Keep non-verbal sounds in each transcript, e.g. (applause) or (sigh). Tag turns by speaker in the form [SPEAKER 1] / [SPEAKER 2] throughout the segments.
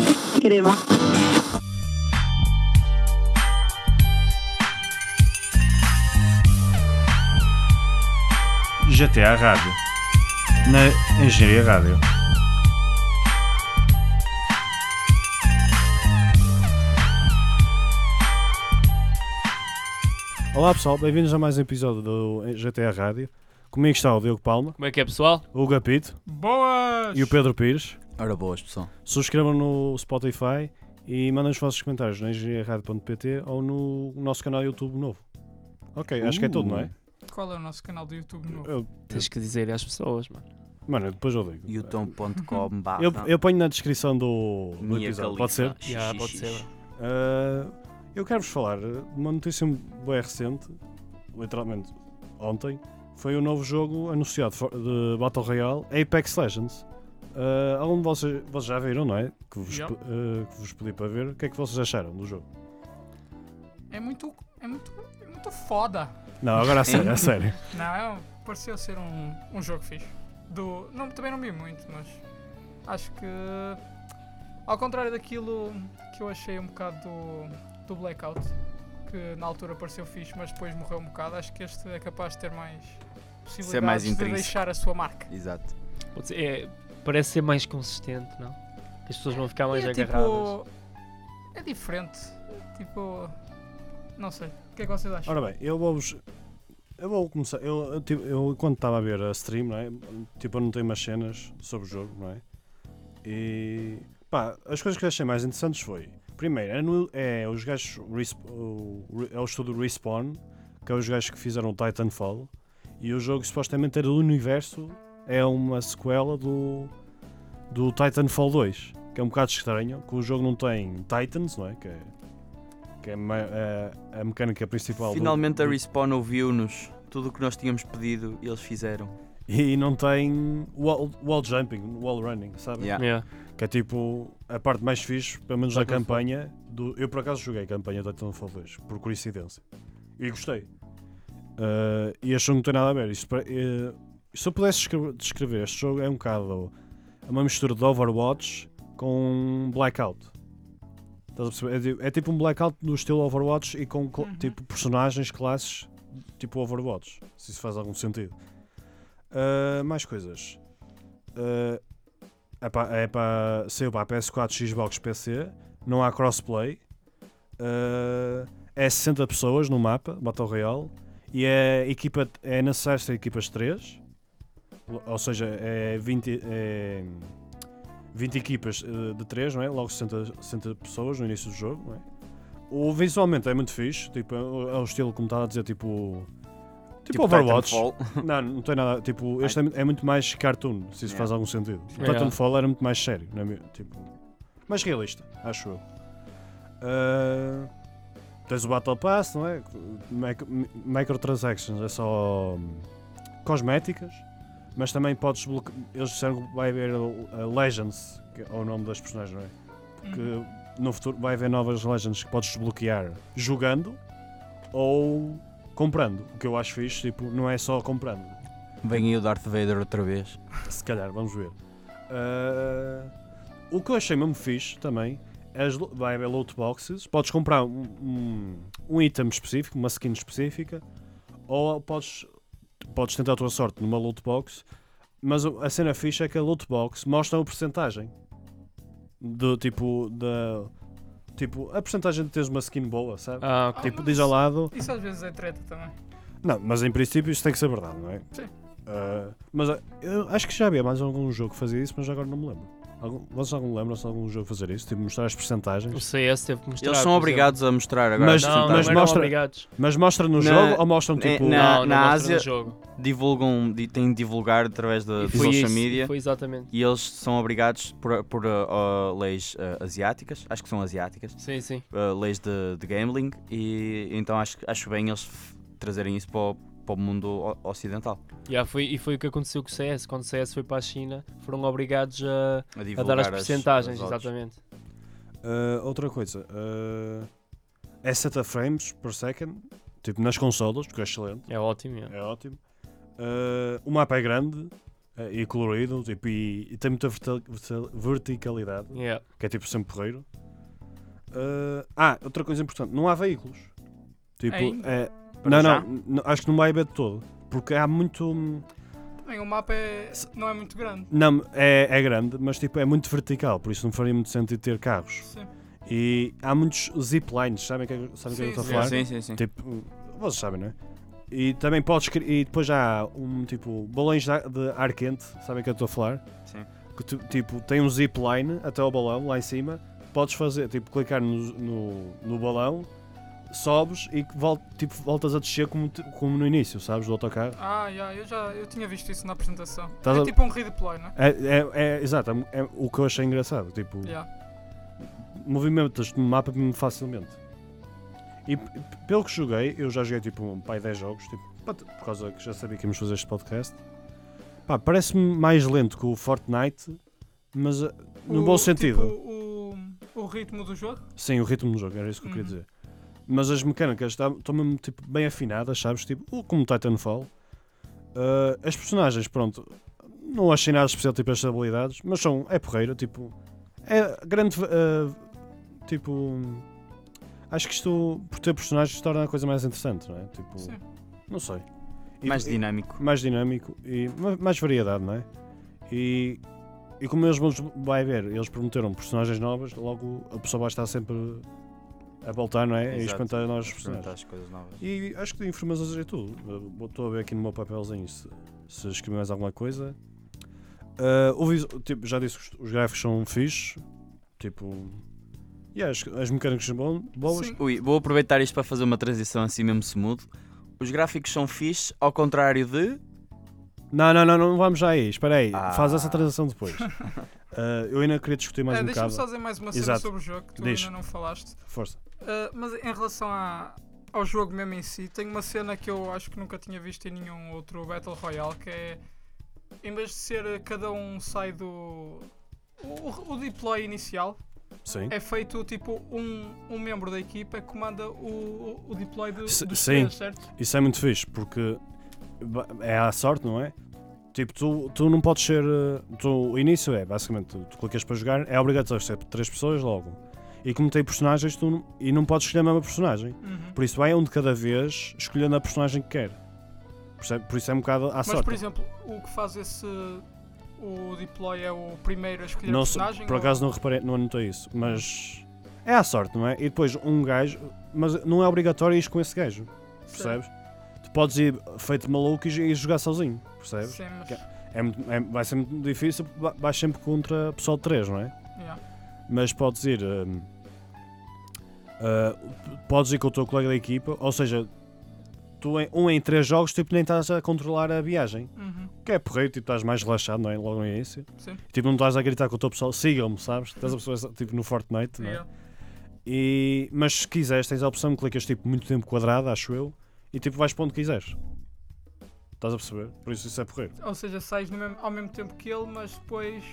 [SPEAKER 1] inscreva.
[SPEAKER 2] GTA Rádio. Na Engenharia Rádio. Olá pessoal, bem-vindos a mais um episódio do GTA Rádio. Comigo está o Diogo Palma,
[SPEAKER 3] Como é que é, pessoal?
[SPEAKER 2] o Gapito
[SPEAKER 4] Boas!
[SPEAKER 2] e o Pedro Pires.
[SPEAKER 5] Ora boas, pessoal.
[SPEAKER 2] Subscrevam no Spotify e mandem os vossos comentários na engenharia.pt ou no nosso canal YouTube novo. Ok, acho que é tudo, não é?
[SPEAKER 4] Qual é o nosso canal do YouTube novo?
[SPEAKER 2] Eu-
[SPEAKER 3] Tens que dizer às pessoas, mano.
[SPEAKER 2] mano, depois eu digo.
[SPEAKER 3] (laughs)
[SPEAKER 5] youtube.com barra
[SPEAKER 2] Eu, eu ponho na descrição do, do
[SPEAKER 5] Mia
[SPEAKER 2] episódio,
[SPEAKER 5] Khalifa.
[SPEAKER 2] pode ser?
[SPEAKER 5] Xixi,
[SPEAKER 3] Já, pode ser.
[SPEAKER 5] xixi.
[SPEAKER 2] Ah, eu quero-vos falar de uma notícia bem recente, literalmente ontem, foi o novo jogo anunciado for- de Battle Royale, Apex Legends. Ah, algum de vocês, vocês já viram, não é? Que vos,
[SPEAKER 4] Já.
[SPEAKER 2] pe- ah, que vos pedi para ver. O que é que vocês acharam do jogo?
[SPEAKER 4] É muito. É muito. É muito foda.
[SPEAKER 2] Não, agora a sério, a sério.
[SPEAKER 4] Não, é um- pareceu ser um, um jogo fixe. Do. Não, também não vi muito, mas. Acho que. Ao contrário daquilo que eu achei um bocado do, do Blackout, que na altura pareceu fixe, mas depois morreu um bocado, acho que este é capaz de ter mais possibilidades de
[SPEAKER 5] intrínseco.
[SPEAKER 4] deixar a sua marca.
[SPEAKER 5] Exato.
[SPEAKER 3] Pode ser. É, parece ser mais consistente, não? As pessoas vão ficar mais
[SPEAKER 4] é
[SPEAKER 3] agarradas.
[SPEAKER 4] tipo. É diferente. Tipo. Não sei. O que é que vocês acham?
[SPEAKER 2] Ora bem, eu vou-vos. Eu vou começar. Eu, eu, tipo, eu, quando estava a ver a stream, não é? Tipo, eu não tenho umas cenas sobre o jogo, não é? E. Pá, as coisas que eu achei mais interessantes foi. Primeiro, é, no- é os gajos. Resp- o- É o estudo Respawn, que é os gajos que fizeram o Titanfall. E o jogo supostamente era do universo. É uma sequela do. Do Titanfall 2. Que é um bocado estranho, que o jogo não tem Titans, não é? Que é, que é ma- a, a mecânica
[SPEAKER 3] Tipo,
[SPEAKER 2] principal do-
[SPEAKER 5] Finalmente a
[SPEAKER 2] do,
[SPEAKER 5] Respawn ouviu-nos. Tudo o que nós tínhamos pedido, eles fizeram.
[SPEAKER 3] Tipo
[SPEAKER 2] E não tem wall, wall jumping, wall running, sabe?
[SPEAKER 5] Yeah.
[SPEAKER 3] Yeah.
[SPEAKER 2] Que é tipo a parte mais fixe, pelo menos da
[SPEAKER 3] Titanfall.
[SPEAKER 2] campanha. Do, eu por acaso joguei a campanha da Titanfall 2, por coincidência. E gostei. Ah, e este jogo não tem nada a ver. Isto, pare- eh, se eu pudesse descre- descrever, este jogo é um bocado uma mistura de Overwatch com Blackout. Estás a perceber? É ti- É, tipo um Blackout no estilo Overwatch e com cla-
[SPEAKER 4] Uhum.
[SPEAKER 2] tipo personagens, classes tipo Overwatch. Se isso faz algum sentido. Ah, mais coisas. Ah, é para, é para, saiu para a PS4, Xbox, PC. Não há crossplay. Ah, é 60 pessoas no mapa, Battle Royale. E é, equipa, é necessário ser equipas 3. Ou seja, é 20, é 20 equipas eh, de 3, não é? Logo 60, 60 pessoas no início do jogo, não é? O visualmente é muito fixe, tipo, é o é o estilo como estava a dizer, tipo. Tipo, Overwatch.
[SPEAKER 5] Titanfall.
[SPEAKER 2] Não, não tem nada. Tipo, este é, mu- é muito mais cartoon, se isso
[SPEAKER 5] Yeah.
[SPEAKER 2] faz algum sentido. O
[SPEAKER 3] Yeah.
[SPEAKER 2] Titanfall era muito mais sério, não é? mesmo? Tipo, mais realista, acho eu. Ah, tens o Battle Pass, não é? Micro- mi- Microtransactions é só hum, cosméticas, mas também podes desbloquear. Eles disseram que vai haver uh, Legends, que é o nome das personagens, não é?
[SPEAKER 4] Uhum.
[SPEAKER 2] que no futuro vai haver novas Legends que podes desbloquear jogando ou comprando. O que eu acho fixe, tipo, não é só comprando.
[SPEAKER 5] (laughs) Vem aí o Darth Vader outra vez.
[SPEAKER 2] Tá, Se calhar, vamos ver. Ah, o que eu achei mesmo fixe também, as, lo- vai haver loot boxes, podes comprar um, um, um item específico, uma skin específica, ou podes, podes tentar a tua sorte numa loot box, mas o- a cena fixe é que a loot box mostra a porcentagem do tipo da tipo a porcentagem de teres uma skin boa, sabe?
[SPEAKER 3] Ah,
[SPEAKER 4] Hum.
[SPEAKER 3] ok.
[SPEAKER 2] tipo, diz ao lado
[SPEAKER 4] Isso às vezes é treta também.
[SPEAKER 2] não, mas em princípio isso tem que ser verdade, não é?
[SPEAKER 4] Sim.
[SPEAKER 2] Ah, mas ah, eu acho que já havia mais algum jogo que fazia isso, mas agora não me lembro. Algum, vocês algum lembram-se de algum jogo fazer isso? Tipo, mostrar as
[SPEAKER 3] O
[SPEAKER 2] percentagens?
[SPEAKER 3] CS teve que mostrar.
[SPEAKER 5] Eles
[SPEAKER 3] por
[SPEAKER 5] são
[SPEAKER 3] exemplo.
[SPEAKER 5] obrigados a mostrar agora.
[SPEAKER 2] Mas-
[SPEAKER 5] a
[SPEAKER 3] Não,
[SPEAKER 2] mas
[SPEAKER 5] porcentagem.
[SPEAKER 3] mas não
[SPEAKER 2] mostra-
[SPEAKER 3] mostra... obrigados.
[SPEAKER 2] Mas mostram no
[SPEAKER 5] Na-
[SPEAKER 2] jogo ou mostram tipo.
[SPEAKER 5] na-
[SPEAKER 3] não, não mostra
[SPEAKER 5] Ásia-
[SPEAKER 3] no jogo.
[SPEAKER 5] divulgam, di- têm de divulgar através da
[SPEAKER 3] E
[SPEAKER 5] da
[SPEAKER 3] foi
[SPEAKER 5] social
[SPEAKER 3] isso,
[SPEAKER 5] media.
[SPEAKER 3] Foi exatamente.
[SPEAKER 5] E eles são obrigados por, por ah, ah, leis ah, asiáticas, acho que são asiáticas,
[SPEAKER 3] Sim, sim.
[SPEAKER 5] ah, leis de, de gambling, e então acho, acho bem eles f- trazerem isso para o, para o mundo o- ocidental.
[SPEAKER 3] Já foi, e foi o que aconteceu com o CS. Quando o CS foi para a China, foram obrigados a,
[SPEAKER 5] A,
[SPEAKER 3] a
[SPEAKER 5] divulgar
[SPEAKER 3] dar as
[SPEAKER 5] as-
[SPEAKER 3] percentagens,
[SPEAKER 5] as odds.
[SPEAKER 3] exatamente.
[SPEAKER 2] Ah, outra coisa. ah, é 60 frames per second, tipo nas consolas, porque é excelente,
[SPEAKER 3] É ótimo, é.
[SPEAKER 2] é ótimo. Ah, o mapa é grande, eh, e colorido tipo, e, e tem muita verta- verta- verticalidade,
[SPEAKER 3] Yeah.
[SPEAKER 2] que é tipo sempre porreiro. Eh, ah, outra coisa importante, não há veículos. Tipo,
[SPEAKER 4] Ainda?
[SPEAKER 2] é-
[SPEAKER 5] Para
[SPEAKER 2] não,
[SPEAKER 5] já?
[SPEAKER 2] não, n- acho que não vai haver de todo. Porque há muito. hum,
[SPEAKER 4] Também o mapa é- não é muito grande.
[SPEAKER 2] Não, é, é grande, mas tipo, é muito vertical, por isso não faria muito sentido ter carros.
[SPEAKER 4] Sim.
[SPEAKER 2] E há muitos ziplines, sabem o que, é- sabem o que é que eu
[SPEAKER 4] Sim,
[SPEAKER 2] estou a falar?
[SPEAKER 5] Sim, sim, sim.
[SPEAKER 2] Tipo, vocês sabem, não é? E também podes cri- E depois já há um tipo. balões de ar- de ar quente, sabem o que eu estou a falar?
[SPEAKER 5] Sim.
[SPEAKER 2] Que tu- tipo, tem um zipline até ao balão, lá em cima. Podes fazer, tipo, clicar no, no, no balão, sobes e que vol, tipo, voltas a descer como, tu- como no início, sabes? Do autocarro.
[SPEAKER 4] Ah, já, eu já eu tinha visto isso na apresentação.
[SPEAKER 2] Tás
[SPEAKER 4] é
[SPEAKER 2] a-
[SPEAKER 4] tipo um redeploy, não é?
[SPEAKER 2] É, é, é- exato, é, é o que eu achei engraçado. Tipo,
[SPEAKER 4] Yeah.
[SPEAKER 2] movimentas no mapa mesmo facilmente. E p- pelo que joguei, eu já joguei tipo um pai 10 jogos, tipo, pá, t- por causa que já sabia que íamos fazer este podcast. Pá, parece-me mais lento que o Fortnite, mas ah, no
[SPEAKER 4] O-
[SPEAKER 2] bom sentido.
[SPEAKER 4] Tipo, o, o ritmo do jogo.
[SPEAKER 2] Sim, o ritmo do jogo, era isso que eu queria
[SPEAKER 4] Uhum.
[SPEAKER 2] dizer. Mas as mecânicas tá- estão mesmo tipo, bem afinadas, sabes? Tipo, ou como Titanfall. Ah, as personagens, pronto, não achei nada especial tipo as habilidades, mas são, é porreira, tipo, é grande, ah, tipo, acho que isto, por ter personagens, torna a coisa mais interessante, não é? Tipo,
[SPEAKER 4] Sim.
[SPEAKER 2] não sei. E-
[SPEAKER 5] Mais
[SPEAKER 2] e-
[SPEAKER 5] dinâmico.
[SPEAKER 2] mais dinâmico e ma- mais variedade, não é? E, e como eles vão vai ver, eles prometeram personagens novas, logo a pessoa vai estar sempre a voltar, não é? E
[SPEAKER 5] Exato.
[SPEAKER 2] espantar novos
[SPEAKER 5] Experimentar
[SPEAKER 2] personagens.
[SPEAKER 5] as coisas novas.
[SPEAKER 2] E acho que de informações é tudo. Eu vou- Estou a ver aqui no meu papelzinho se, se escrevi mais alguma coisa. Ah, o visu- tipo, já disse que os- os gráficos são fixes, tipo. E acho que as mecânicas são bom- boas.
[SPEAKER 4] Sim.
[SPEAKER 5] Ui, vou aproveitar isto para fazer uma transição assim mesmo smooth. Os gráficos são fixe, ao contrário de.
[SPEAKER 2] Não, não, não, não vamos já aí. Espera aí,
[SPEAKER 5] Ah.
[SPEAKER 2] faz essa transação
[SPEAKER 5] (laughs)
[SPEAKER 2] depois. Ah, eu ainda queria discutir mais
[SPEAKER 4] Ah,
[SPEAKER 2] um
[SPEAKER 4] Deixa-me
[SPEAKER 2] bocado.
[SPEAKER 4] só dizer mais uma cena
[SPEAKER 2] Exato.
[SPEAKER 4] sobre o jogo que tu
[SPEAKER 2] Diz.
[SPEAKER 4] ainda não falaste.
[SPEAKER 2] Força.
[SPEAKER 4] Uh, mas em relação à- ao jogo mesmo em si, tem uma cena que eu acho que nunca tinha visto em nenhum outro Battle Royale que é em vez de ser uh, cada um sai do. O, o deploy inicial
[SPEAKER 2] Sim.
[SPEAKER 4] é feito tipo um, um membro da equipa que comanda o, o- o deploy do,
[SPEAKER 2] S-
[SPEAKER 4] dos
[SPEAKER 2] sim.
[SPEAKER 4] três, certo?
[SPEAKER 2] Isso é muito fixe, porque ba- é à sorte, não é? Tipo, tu, tu não podes ser. eh, Tu, o início é, basicamente, tu, tu clicas para jogar, é obrigatório ser três pessoas logo. E como tem personagens, tu não- e não podes escolher a mesma personagem.
[SPEAKER 4] Uhum.
[SPEAKER 2] Por isso vai um de cada vez escolhendo a personagem que quer. Percebe? Por isso é um bocado à
[SPEAKER 4] Mas
[SPEAKER 2] sorte.
[SPEAKER 4] por exemplo, o que faz esse. O deploy é o primeiro a escolher
[SPEAKER 2] não,
[SPEAKER 4] a
[SPEAKER 2] se-
[SPEAKER 4] personagem?
[SPEAKER 2] por
[SPEAKER 4] ou- Uhum.
[SPEAKER 2] acaso não reparei, não anotei isso, mas é à sorte, não é? E depois um gajo, mas não é obrigatório ir com esse gajo, percebes? Tu podes ir feito maluco e, e jogar sozinho, percebes?
[SPEAKER 4] Sim, mas.
[SPEAKER 2] É muito- é- vai ser muito difícil, porque va- vais sempre contra pessoal de 3, não é?
[SPEAKER 4] yeah.
[SPEAKER 2] Mas podes ir. hum, ah, podes ir com o teu colega da equipa, ou seja, tu em, um em 3 jogos tipo, nem estás a controlar a viagem.
[SPEAKER 4] Uhum.
[SPEAKER 2] Que é porreiro, tipo, estás mais relaxado, não é? Logo no início.
[SPEAKER 4] Sim.
[SPEAKER 2] Tipo, não estás a gritar com o teu pessoal, sigam-me, sabes? Estás a pessoa, tipo, no Fortnite, não é?
[SPEAKER 4] Yeah.
[SPEAKER 2] E, mas se quiseres, tens a opção, clicas tipo muito tempo quadrado, acho eu, e tipo vais para onde quiseres. Estás a perceber? Por isso isso é porreiro.
[SPEAKER 4] Ou seja, sais no mesmo- ao mesmo tempo que ele, mas depois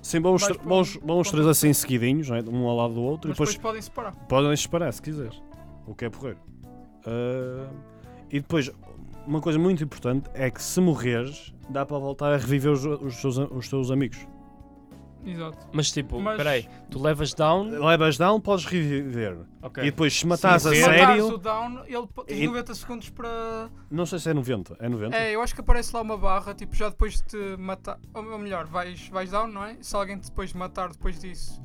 [SPEAKER 2] Sim, vão os,
[SPEAKER 4] Vais
[SPEAKER 2] tr-
[SPEAKER 4] para
[SPEAKER 2] vão
[SPEAKER 4] um-
[SPEAKER 2] os- vão os
[SPEAKER 4] para um-
[SPEAKER 2] três assim seguidinhos, né, um ao lado do outro,
[SPEAKER 4] Mas
[SPEAKER 2] e depois,
[SPEAKER 4] depois podem separar.
[SPEAKER 2] podem separar se quiseres. O que é porreiro. Ah, e depois, uma coisa muito importante é que se morreres, dá para voltar a reviver os, os, teus, os teus amigos.
[SPEAKER 4] Exato.
[SPEAKER 3] Mas tipo,
[SPEAKER 4] Mas-
[SPEAKER 3] peraí, tu levas down.
[SPEAKER 2] Levas down, podes reviver.
[SPEAKER 3] Ok.
[SPEAKER 2] E depois, se matares
[SPEAKER 3] Se
[SPEAKER 2] a
[SPEAKER 3] matares
[SPEAKER 2] sério,
[SPEAKER 4] o down, ele po- tens
[SPEAKER 2] E-
[SPEAKER 4] 90 segundos para.
[SPEAKER 2] não sei se é 90, é 90.
[SPEAKER 4] É, eu acho que aparece lá uma barra, tipo, já depois de te matar. Ou ou melhor, vais, vais down, não é? Se alguém te depois de matar depois disso,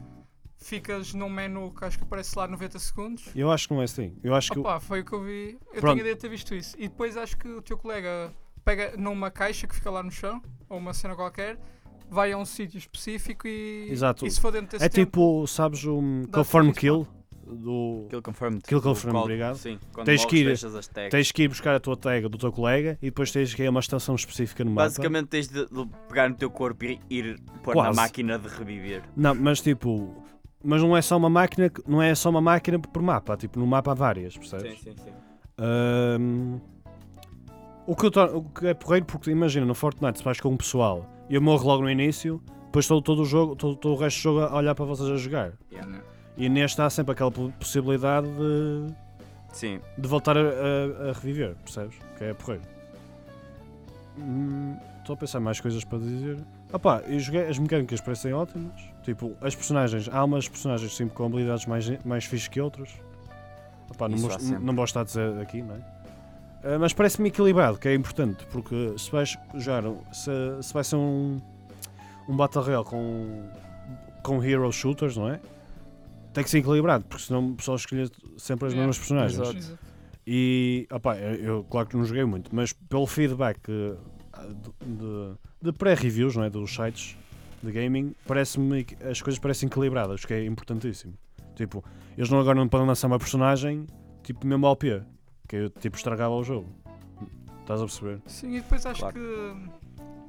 [SPEAKER 4] ficas num menu que acho que aparece lá 90 segundos.
[SPEAKER 2] Eu acho que não é assim. Eu acho que.
[SPEAKER 4] Opa, foi o que eu vi.
[SPEAKER 2] Pronto.
[SPEAKER 4] Eu tenho a ideia de ter visto isso. E depois acho que o teu colega pega numa caixa que fica lá no chão, ou uma cena qualquer, vai a um sítio específico e.
[SPEAKER 2] Exato.
[SPEAKER 4] E se for dentro desse
[SPEAKER 2] É
[SPEAKER 4] tempo,
[SPEAKER 2] tipo, sabes, um
[SPEAKER 4] Dá-se
[SPEAKER 2] Conform
[SPEAKER 4] isso,
[SPEAKER 2] Kill do.
[SPEAKER 5] Kill confirmed.
[SPEAKER 2] Kill
[SPEAKER 5] O
[SPEAKER 2] confirmed,
[SPEAKER 5] qual-
[SPEAKER 2] obrigado.
[SPEAKER 5] Sim, quando
[SPEAKER 2] Tens
[SPEAKER 5] morres,
[SPEAKER 2] que ir-
[SPEAKER 5] deixas as tags.
[SPEAKER 2] Tens que ir buscar a tua tag do teu colega e depois tens que ir a uma estação específica no mapa.
[SPEAKER 5] Basicamente tens de, de pegar no teu corpo e ir pôr na
[SPEAKER 2] Quase.
[SPEAKER 5] máquina de reviver.
[SPEAKER 2] Não, mas tipo, mas não é só uma máquina, que- não é só uma máquina por mapa, tipo, no mapa há várias, percebes?
[SPEAKER 5] sim, sim.
[SPEAKER 2] Ahm, o, que eu tor- o que é porreiro, porque imagina, no Fortnite se vais com um pessoal e eu morro logo no início, depois estou todo o jogo, todo, todo o resto do jogo a olhar para vocês a jogar. E neste há sempre aquela po- possibilidade de,
[SPEAKER 5] Sim,
[SPEAKER 2] de voltar a, a- a reviver, percebes? Que é porreiro. Hum, Estou a pensar mais coisas para dizer. Ah pá, eu joguei, as mecânicas parecem ótimas. Tipo, as personagens, há umas personagens sempre com habilidades mais, mais fixes que outras. Ah pá, não,
[SPEAKER 5] Isso
[SPEAKER 2] vou-
[SPEAKER 5] há sempre.
[SPEAKER 2] não vou estar a dizer aqui, não é? Ah, mas parece-me equilibrado, que é importante, porque se vais jogar, se, se vai ser um, um Battle Royale com, com hero shooters, não é? Tem que ser equilibrado, porque senão o pessoal escolhe sempre as
[SPEAKER 4] Yeah,
[SPEAKER 2] mesmas personagens.
[SPEAKER 3] exato.
[SPEAKER 4] Exato.
[SPEAKER 2] E, opá, eu, eu claro que não joguei muito, mas pelo feedback eh, de, de- de pré-reviews, não é, dos sites de gaming, parece-me que as coisas parecem equilibradas, que é importantíssimo. Tipo, eles não agora não podem lançar uma personagem, tipo, mesmo OP, que eu, tipo, estragava o jogo. Estás a perceber?
[SPEAKER 4] Sim, e depois acho
[SPEAKER 5] Claro.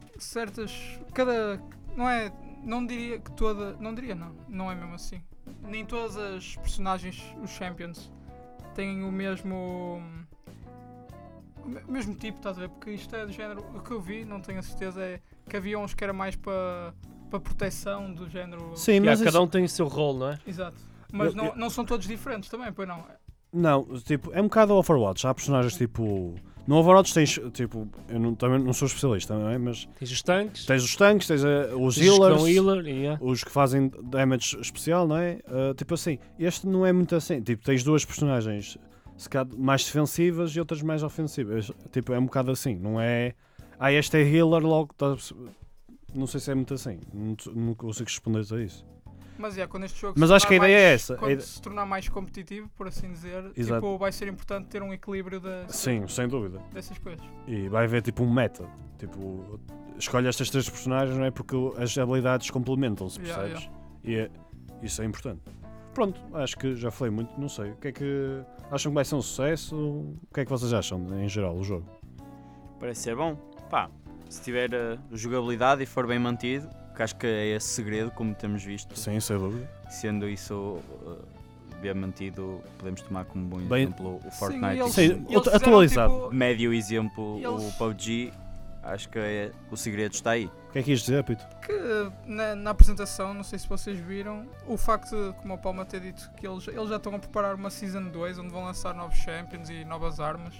[SPEAKER 4] que certas. Cada. Não é. Não diria que toda. Não diria, não. Não é mesmo assim. Nem todas as personagens, os Champions, têm o mesmo. O me- mesmo tipo, estás a ver? Porque isto é do género. O que eu vi, não tenho a certeza, é que havia uns que era mais para. para proteção, do género.
[SPEAKER 2] Sim,
[SPEAKER 3] Yeah,
[SPEAKER 2] mas
[SPEAKER 3] cada um tem o seu rol, não é?
[SPEAKER 4] Exato. Mas
[SPEAKER 2] Eu-
[SPEAKER 4] não,
[SPEAKER 2] eu-
[SPEAKER 4] não são todos diferentes também, pois não?
[SPEAKER 2] Não, tipo, é um bocado Overwatch. Há personagens, tipo... No Overwatch tens, tipo, eu não, também não sou especialista, não é? Mas
[SPEAKER 3] Tens os tanques,
[SPEAKER 2] tens os tanques, tens eh, os
[SPEAKER 3] tens os que
[SPEAKER 2] healers...
[SPEAKER 3] dão healer, yeah.
[SPEAKER 2] os que fazem damage especial, não é? Ah, tipo assim, este não é muito assim. Tipo, tens duas personagens se calhar, mais defensivas e outras mais ofensivas. Tipo, é um bocado assim, não é? Ah, este é healer logo. estás a perceber? Não sei se é muito assim. Não, te- não consigo responder a isso.
[SPEAKER 4] Mas é, quando este jogo
[SPEAKER 2] Mas
[SPEAKER 4] se
[SPEAKER 2] acho que a
[SPEAKER 4] tornar
[SPEAKER 2] ideia é
[SPEAKER 4] mais-
[SPEAKER 2] essa. A
[SPEAKER 4] Quando
[SPEAKER 2] ide-
[SPEAKER 4] se tornar mais competitivo, por assim dizer,
[SPEAKER 2] Exato.
[SPEAKER 4] tipo, vai ser importante ter um equilíbrio da-
[SPEAKER 2] Sim, sem dúvida.
[SPEAKER 4] dessas coisas.
[SPEAKER 2] E vai haver tipo um meta. Tipo, escolhe estas três personagens, não é? Porque o- as habilidades complementam-se,
[SPEAKER 4] Yeah,
[SPEAKER 2] percebes? E é- isso é importante. Pronto, acho que já falei muito, não sei. O que é que. Acham que vai ser um sucesso? O que é que vocês acham em geral o jogo?
[SPEAKER 5] Parece ser bom. Pá, se tiver eh, jogabilidade e for bem mantido, que acho que é esse segredo, como temos visto.
[SPEAKER 2] Sim, sem dúvida.
[SPEAKER 5] Sendo isso eh, bem mantido, podemos tomar como bom
[SPEAKER 2] Bem-
[SPEAKER 5] exemplo o Fortnite.
[SPEAKER 4] eles-
[SPEAKER 2] Sim,
[SPEAKER 4] eles
[SPEAKER 2] atu-
[SPEAKER 4] fizeram,
[SPEAKER 2] atualizado.
[SPEAKER 4] tipo,
[SPEAKER 5] Médio exemplo,
[SPEAKER 4] Eles-
[SPEAKER 5] o PUBG. Acho que é- o segredo está aí.
[SPEAKER 2] O que é que ias dizer, Pito?
[SPEAKER 4] que na, na apresentação, não sei se vocês viram, o facto de, como o Palma ter dito, que eles, eles já estão a preparar uma Season 2 onde vão lançar novos Champions e novas armas,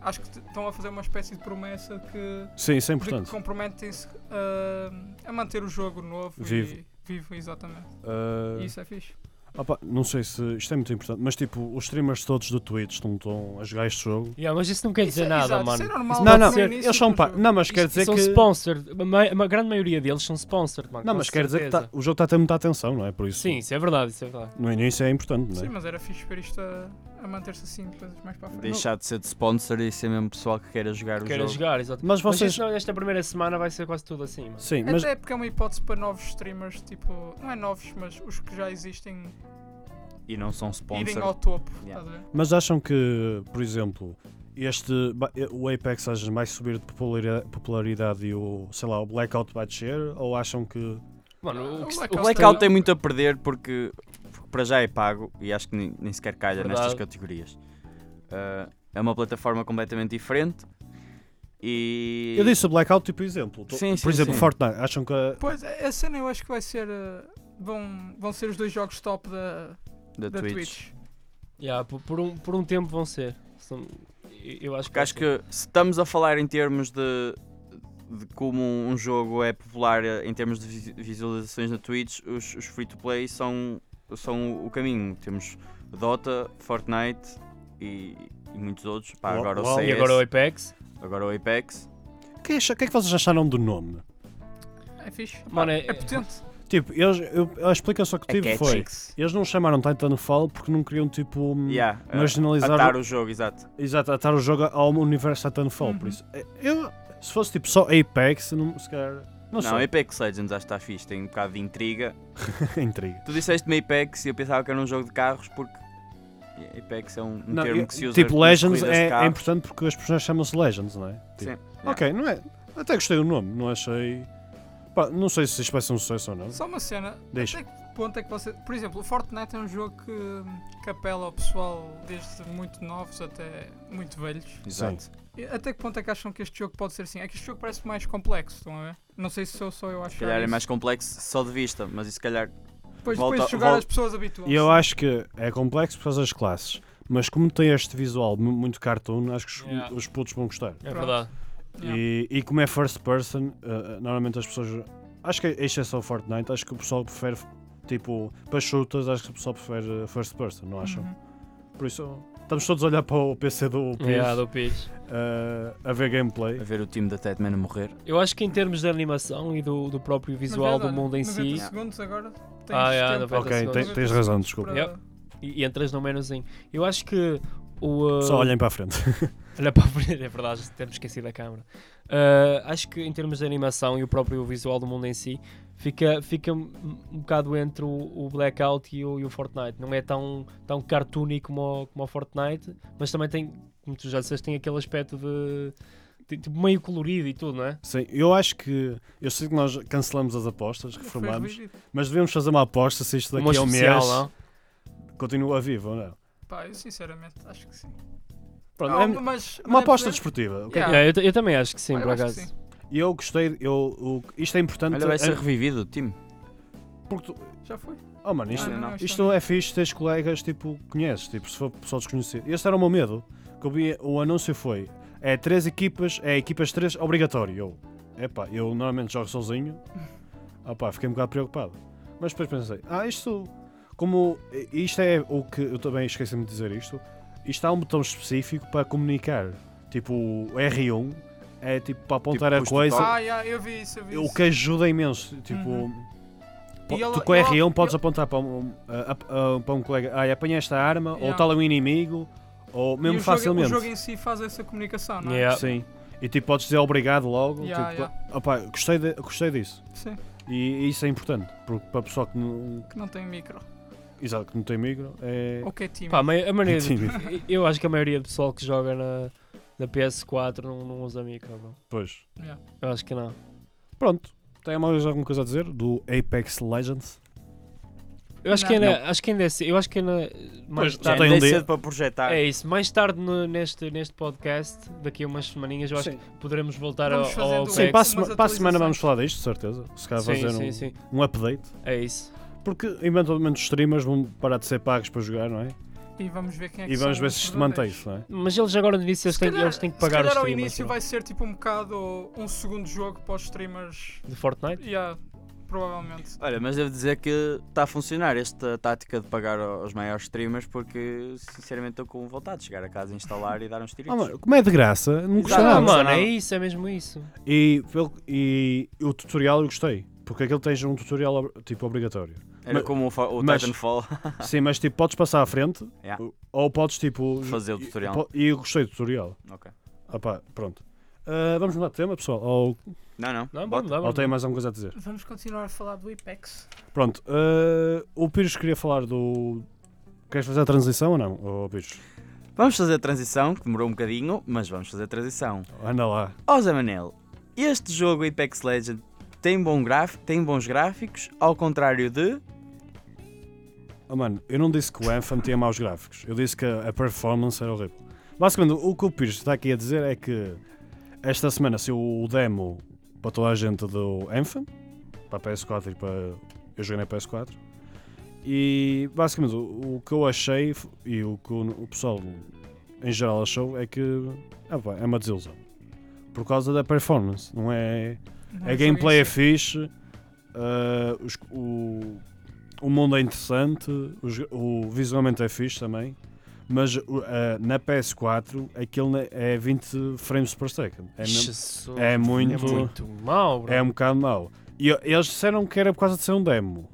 [SPEAKER 4] acho que t- estão a fazer uma espécie de promessa que,
[SPEAKER 2] Sim, isso é
[SPEAKER 4] de que
[SPEAKER 2] importante.
[SPEAKER 4] comprometem-se ah, a manter o jogo novo
[SPEAKER 2] Vivo.
[SPEAKER 4] e vivo, exatamente.
[SPEAKER 2] Ah,
[SPEAKER 4] E isso é fixe.
[SPEAKER 2] opa, não sei se isto é muito importante, mas tipo, os streamers todos do Twitch estão, estão a jogar este jogo.
[SPEAKER 3] Yeah, mas isso não quer dizer
[SPEAKER 4] Isso é-
[SPEAKER 3] nada,
[SPEAKER 4] exato,
[SPEAKER 3] mano.
[SPEAKER 4] Isso é normal,
[SPEAKER 2] não,
[SPEAKER 4] pode
[SPEAKER 2] não,
[SPEAKER 4] ser o
[SPEAKER 2] eles
[SPEAKER 4] início
[SPEAKER 2] são
[SPEAKER 4] do
[SPEAKER 2] pa...
[SPEAKER 4] jogo.
[SPEAKER 2] Não, mas
[SPEAKER 3] Isto-
[SPEAKER 2] quer dizer
[SPEAKER 3] são
[SPEAKER 2] que.
[SPEAKER 3] sponsored. A ma- A grande maioria deles são sponsored, mano.
[SPEAKER 2] Não,
[SPEAKER 3] com
[SPEAKER 2] mas quer dizer que
[SPEAKER 3] certeza.
[SPEAKER 2] tá- o jogo está a ter muita atenção, não é? Por isso.
[SPEAKER 3] Sim, isso é verdade, isso é verdade.
[SPEAKER 2] No início é importante, não é?
[SPEAKER 4] Sim, mas era fixe ver isto a, a manter-se assim depois mais para a frente.
[SPEAKER 5] Deixar de ser de sponsor e ser mesmo pessoal que queira jogar o
[SPEAKER 3] Quero
[SPEAKER 5] jogo.
[SPEAKER 3] jogar, exato.
[SPEAKER 2] Mas
[SPEAKER 3] Mas
[SPEAKER 2] vocês.
[SPEAKER 3] isso não, esta primeira semana vai ser quase tudo assim, mano.
[SPEAKER 2] Sim, mas.
[SPEAKER 4] Até porque é uma hipótese para novos streamers, tipo, não é novos, mas os que já existem
[SPEAKER 5] E não são
[SPEAKER 4] irem
[SPEAKER 5] sponsor.
[SPEAKER 4] ao topo. tá
[SPEAKER 5] Yeah.
[SPEAKER 4] estás a ver?
[SPEAKER 2] Mas acham que, por exemplo, este ba- eh, o Apex às vezes vai subir de populari- popularidade e o, sei lá, o Blackout vai descer? Ou acham que
[SPEAKER 3] Mano, o,
[SPEAKER 2] é
[SPEAKER 3] que
[SPEAKER 4] Blackout
[SPEAKER 5] O
[SPEAKER 3] se- o
[SPEAKER 5] Blackout
[SPEAKER 3] Blackout
[SPEAKER 5] tem muito a perder porque, porque para já é pago e acho que nem, nem sequer calha
[SPEAKER 3] Verdade.
[SPEAKER 5] nestas categorias. Ah, é uma plataforma completamente diferente e.
[SPEAKER 2] eu disse o Blackout tipo exemplo? Tô-
[SPEAKER 5] Sim, sim,
[SPEAKER 2] por exemplo,
[SPEAKER 5] sim.
[SPEAKER 2] Fortnite, acham que
[SPEAKER 4] Pois, a cena eu acho que vai ser. eh, vão, vão ser os dois jogos top da,
[SPEAKER 5] da,
[SPEAKER 4] da
[SPEAKER 5] Twitch.
[SPEAKER 4] Twitch.
[SPEAKER 3] Yeah, por, por um, por um tempo vão ser. São- eu acho
[SPEAKER 5] Porque acho
[SPEAKER 3] vai ser.
[SPEAKER 5] que se estamos a falar em termos de, de como um jogo é popular eh, em termos de vi- visualizações na Twitch, os, os free-to-play são, são o caminho. Temos Dota, Fortnite e, e muitos outros. Pá,
[SPEAKER 2] Lo-
[SPEAKER 5] agora o
[SPEAKER 2] LOL.
[SPEAKER 5] CS,
[SPEAKER 3] E agora o Apex.
[SPEAKER 5] agora o Apex.
[SPEAKER 2] o que, acha- o que é que vocês acharam do nome?
[SPEAKER 4] É fixe.
[SPEAKER 3] Mano, é-
[SPEAKER 4] é potente.
[SPEAKER 2] Tipo, eles, eu- a explicação que
[SPEAKER 5] É
[SPEAKER 2] tive
[SPEAKER 5] catchy.
[SPEAKER 2] foi. Eles não chamaram Titanfall porque não queriam tipo
[SPEAKER 5] Yeah, uh,
[SPEAKER 2] marginalizar
[SPEAKER 5] atar o jogo, exato.
[SPEAKER 2] Exato, atar o jogo ao universo Titanfall, por
[SPEAKER 4] Uhum.
[SPEAKER 2] isso. Eh, Eu, se fosse tipo só Apex, não, se calhar. Não,
[SPEAKER 5] Não,
[SPEAKER 2] sei.
[SPEAKER 5] Apex Legends acho que está fixe, tem um bocado de intriga.
[SPEAKER 2] Intriga.
[SPEAKER 5] Tu disseste-me Apex e eu pensava que era um jogo de carros porque Apex é um, um
[SPEAKER 2] Não,
[SPEAKER 5] termo
[SPEAKER 2] eu-
[SPEAKER 5] que se usa
[SPEAKER 2] tipo,
[SPEAKER 5] nas
[SPEAKER 2] Legends
[SPEAKER 5] corridas de
[SPEAKER 2] é, é
[SPEAKER 5] carros.
[SPEAKER 2] importante porque as personagens chamam-se Legends, não é? Tipo,
[SPEAKER 5] Sim,
[SPEAKER 2] Ok, não é? Até gostei do nome, não achei. Pá, não sei se isto vai ser um sucesso ou não.
[SPEAKER 4] Só uma cena.
[SPEAKER 2] Deixa.
[SPEAKER 4] Até que ponto é que você. Por exemplo, o Fortnite é um jogo que, que apela ao pessoal desde muito novos até muito velhos.
[SPEAKER 5] exato.
[SPEAKER 4] E Até que ponto é que acham que este jogo pode ser assim? É que este jogo parece mais complexo, estão a ver? Não sei se sou só eu a achar.
[SPEAKER 5] Se calhar é
[SPEAKER 4] isso.
[SPEAKER 5] mais complexo só de vista, mas isso se calhar
[SPEAKER 4] Depois,
[SPEAKER 5] Volta-
[SPEAKER 4] depois de jogar
[SPEAKER 5] volta-
[SPEAKER 4] as pessoas habituam
[SPEAKER 2] E eu acho que é complexo por causa das classes, mas como tem este visual mu- muito cartoon, acho que os,
[SPEAKER 3] Yeah.
[SPEAKER 2] os putos vão gostar.
[SPEAKER 3] É
[SPEAKER 4] Pronto.
[SPEAKER 3] verdade.
[SPEAKER 4] Yeah.
[SPEAKER 2] E, e como é first person, eh, eh, normalmente as pessoas. Acho que a exceção ao Fortnite, acho que o pessoal prefere, tipo, para shooters, acho que o pessoal prefere eh, first person, não acham?
[SPEAKER 4] Uhum.
[SPEAKER 2] Por isso, estamos todos a olhar para o PC do PS
[SPEAKER 3] Yeah, do PIS.
[SPEAKER 2] eh, a ver gameplay.
[SPEAKER 5] A ver o time da Tatman a morrer.
[SPEAKER 3] Eu acho que em termos de animação e do, do próprio visual do
[SPEAKER 4] é
[SPEAKER 3] mundo em si,
[SPEAKER 4] 90 segundos agora. Tens
[SPEAKER 3] Ah, yeah,
[SPEAKER 4] tempo
[SPEAKER 3] 90
[SPEAKER 2] Ok,
[SPEAKER 3] segundos.
[SPEAKER 2] tem- tens razão, desculpa.
[SPEAKER 4] para-
[SPEAKER 3] e, e entras no menuzinho. Eu acho que o. uh,
[SPEAKER 2] Só olhem para a frente. (laughs)
[SPEAKER 3] Olha para a frente, é verdade, temos esquecido a câmara. Ah, acho que em termos de animação e o próprio visual do mundo em si, fica, fica um, um bocado entre o, o Blackout e o, e o Fortnite. Não é tão, tão cartoony como o, como o Fortnite, mas também tem, como tu já disseste, tem aquele aspecto de. de- Tipo, meio colorido e tudo, não é?
[SPEAKER 2] Sim, eu acho que. Eu sei que nós cancelamos as apostas,
[SPEAKER 4] Foi
[SPEAKER 2] reformamos,
[SPEAKER 4] rígido.
[SPEAKER 2] mas devemos fazer uma aposta se isto
[SPEAKER 3] Uma
[SPEAKER 2] daqui é um
[SPEAKER 3] especial,
[SPEAKER 2] mês.
[SPEAKER 3] não?
[SPEAKER 2] Continua vivo ou não?
[SPEAKER 4] Pá, eu sinceramente acho que sim.
[SPEAKER 2] Pronto,
[SPEAKER 4] Ah,
[SPEAKER 2] é
[SPEAKER 4] mas- mas
[SPEAKER 2] uma
[SPEAKER 4] é
[SPEAKER 2] aposta
[SPEAKER 4] poder-
[SPEAKER 2] desportiva. ok?
[SPEAKER 4] Yeah.
[SPEAKER 3] É, eu, ta- eu também acho que sim,
[SPEAKER 4] Ah, eu
[SPEAKER 3] por
[SPEAKER 4] acho que
[SPEAKER 3] acaso.
[SPEAKER 4] sim.
[SPEAKER 2] E eu gostei, eu, o- isto é importante.
[SPEAKER 5] Olha, vai ser
[SPEAKER 2] eh,
[SPEAKER 5] revivido o time.
[SPEAKER 2] porque tu-
[SPEAKER 4] Já foi.
[SPEAKER 2] Oh mano, isto,
[SPEAKER 5] Ah, não,
[SPEAKER 2] isto é fixe, tens colegas tipo que conheces, tipo, se for pessoal desconhecido. Este era o meu medo. Que eu vi, o anúncio foi: é três equipas, é equipas três, obrigatório. Eu, epá, eu normalmente jogo sozinho. Ah pá, fiquei um bocado preocupado. Mas depois pensei: ah, isto, como. e Isto é o que eu também esqueci-me de dizer isto. Isto há um botão específico para comunicar. Tipo, o R1 é tipo para apontar a
[SPEAKER 5] push to
[SPEAKER 2] coisa.
[SPEAKER 5] talk.
[SPEAKER 4] Ah, yeah, eu vi isso, eu vi
[SPEAKER 2] O
[SPEAKER 4] isso.
[SPEAKER 2] que ajuda imenso. Tipo,
[SPEAKER 4] Uhum.
[SPEAKER 2] po-
[SPEAKER 4] E ele-
[SPEAKER 2] tu com
[SPEAKER 4] ele-
[SPEAKER 2] R1 podes
[SPEAKER 4] ele-
[SPEAKER 2] apontar para um, a- a- a- para um colega, ai, apanha esta arma, ou
[SPEAKER 4] Yeah.
[SPEAKER 2] tal é um inimigo, ou
[SPEAKER 4] E o
[SPEAKER 2] mesmo
[SPEAKER 4] jogo- é
[SPEAKER 2] facilmente.
[SPEAKER 4] O jogo em si faz essa comunicação, não é?
[SPEAKER 3] Yeah.
[SPEAKER 2] Sim. E tipo, podes dizer obrigado logo.
[SPEAKER 4] Yeah,
[SPEAKER 2] tipo, opá, gostei, de- gostei disso.
[SPEAKER 4] Sim,
[SPEAKER 2] E, e isso é importante, porque para o pessoal que não,
[SPEAKER 4] que não tem micro.
[SPEAKER 2] exato, que não tem micro, é.
[SPEAKER 4] Ou que é time.
[SPEAKER 3] Pá, mas a
[SPEAKER 2] (laughs)
[SPEAKER 3] maioria,
[SPEAKER 2] Tímido.
[SPEAKER 3] eu acho que a maioria do pessoal que joga na, na PS4 não, não usa micro, não.
[SPEAKER 2] Pois.
[SPEAKER 4] Yeah.
[SPEAKER 3] Eu acho que não.
[SPEAKER 2] Pronto. Tem mais alguma coisa a dizer do Apex Legends?
[SPEAKER 3] Eu acho
[SPEAKER 4] Não.
[SPEAKER 3] que ainda, acho que ainda é cedo. Eu acho que ainda mais
[SPEAKER 2] Pois,
[SPEAKER 4] tá,
[SPEAKER 5] Já
[SPEAKER 3] tarde.
[SPEAKER 2] tem um
[SPEAKER 5] é
[SPEAKER 2] dia.
[SPEAKER 5] cedo para projetar.
[SPEAKER 3] É isso, mais tarde no- neste, neste podcast, daqui a umas semaninhas, eu acho
[SPEAKER 2] sim,
[SPEAKER 3] que poderemos voltar ao,
[SPEAKER 4] Vamos fazendo
[SPEAKER 3] ao
[SPEAKER 4] um-
[SPEAKER 2] sim
[SPEAKER 3] Apex.
[SPEAKER 2] para, a
[SPEAKER 4] Umas
[SPEAKER 2] sema- para a semana
[SPEAKER 4] atualizações.
[SPEAKER 2] vamos falar disto, de certeza. Se calhar
[SPEAKER 3] sim,
[SPEAKER 2] fazer
[SPEAKER 3] sim,
[SPEAKER 2] um-
[SPEAKER 3] sim.
[SPEAKER 2] um update.
[SPEAKER 3] É isso.
[SPEAKER 2] Porque eventualmente os streamers vão parar de ser pagos para jogar, não é?
[SPEAKER 4] E vamos ver quem é que
[SPEAKER 2] E vamos
[SPEAKER 4] são
[SPEAKER 2] ver
[SPEAKER 4] os
[SPEAKER 2] se isto
[SPEAKER 4] verdadeiros.
[SPEAKER 2] mantém-se, não é?
[SPEAKER 3] Mas eles agora no início eles
[SPEAKER 4] Se
[SPEAKER 3] têm,
[SPEAKER 4] calhar-
[SPEAKER 3] eles têm que
[SPEAKER 4] se
[SPEAKER 3] pagar os
[SPEAKER 4] calhar ao
[SPEAKER 3] streamers
[SPEAKER 4] início
[SPEAKER 3] não? é?
[SPEAKER 4] vai ser tipo um bocado um segundo jogo para os streamers.
[SPEAKER 3] de Fortnite.
[SPEAKER 4] Yeah, provavelmente.
[SPEAKER 5] Olha, mas devo dizer que está a funcionar esta tática de pagar ao- aos maiores streamers porque sinceramente estou com vontade de chegar a casa, instalar e dar uns
[SPEAKER 2] Ah,
[SPEAKER 5] tiritos.
[SPEAKER 2] mano, como é de graça, não custa
[SPEAKER 5] Exato. Não,
[SPEAKER 3] Ah,
[SPEAKER 2] nada.
[SPEAKER 5] mas- não.
[SPEAKER 3] mano, é isso, é mesmo isso.
[SPEAKER 2] E, pelo- e o tutorial eu gostei. Porque aquele tens um tutorial ob- tipo
[SPEAKER 5] (laughs)
[SPEAKER 2] obrigatório.
[SPEAKER 5] Era
[SPEAKER 2] mas-
[SPEAKER 5] como o, fa- o
[SPEAKER 2] mas-
[SPEAKER 5] Titanfall (laughs)
[SPEAKER 2] Sim, mas tipo, podes passar à frente
[SPEAKER 5] Yeah.
[SPEAKER 2] ou podes tipo.
[SPEAKER 5] fazer o
[SPEAKER 2] e-
[SPEAKER 5] tutorial.
[SPEAKER 2] po- E eu gostei do tutorial.
[SPEAKER 5] Ok.
[SPEAKER 2] Ah pá, pronto. Ah, vamos mudar de tema, pessoal.
[SPEAKER 5] Tá
[SPEAKER 2] Ou,
[SPEAKER 5] Não, não.
[SPEAKER 3] Não,
[SPEAKER 5] bota.
[SPEAKER 3] vamos lá,
[SPEAKER 2] ou
[SPEAKER 3] vamos
[SPEAKER 2] tem
[SPEAKER 3] lá.
[SPEAKER 2] mais alguma coisa a dizer?
[SPEAKER 4] Vamos continuar a falar do Apex.
[SPEAKER 2] Pronto. ah, o Pires queria falar do. Queres fazer a transição ou não, oh, Pires?
[SPEAKER 5] Vamos fazer a transição, que demorou um bocadinho, mas vamos fazer a transição.
[SPEAKER 2] Anda lá.
[SPEAKER 5] Ó Zé Manel, este jogo Apex Legend tem, bom gráfico, tem bons gráficos, ao contrário de.
[SPEAKER 2] Oh, mano, eu não disse que o Anthem tinha maus gráficos. Eu disse que a a performance era horrível. Basicamente, o que o Pires está aqui a dizer é que esta semana saiu o demo para toda a gente do Anthem, para a PS4 e para. Eu joguei na PS4. E basicamente o, o que eu achei f- e o que o, o pessoal em geral achou é que ah, pá, é uma desilusão. Por causa da performance, não é? A gameplay é fixe, ah, os- o, o mundo é interessante, os- o visualmente é fixe também, mas o- ah, na PS4 aquilo na- é 20 frames per second. É, mesmo-
[SPEAKER 3] Jesus,
[SPEAKER 2] é muito,
[SPEAKER 3] é muito mau, bro.
[SPEAKER 2] é um bocado mau. E eu- eles disseram que era por causa de ser um demo.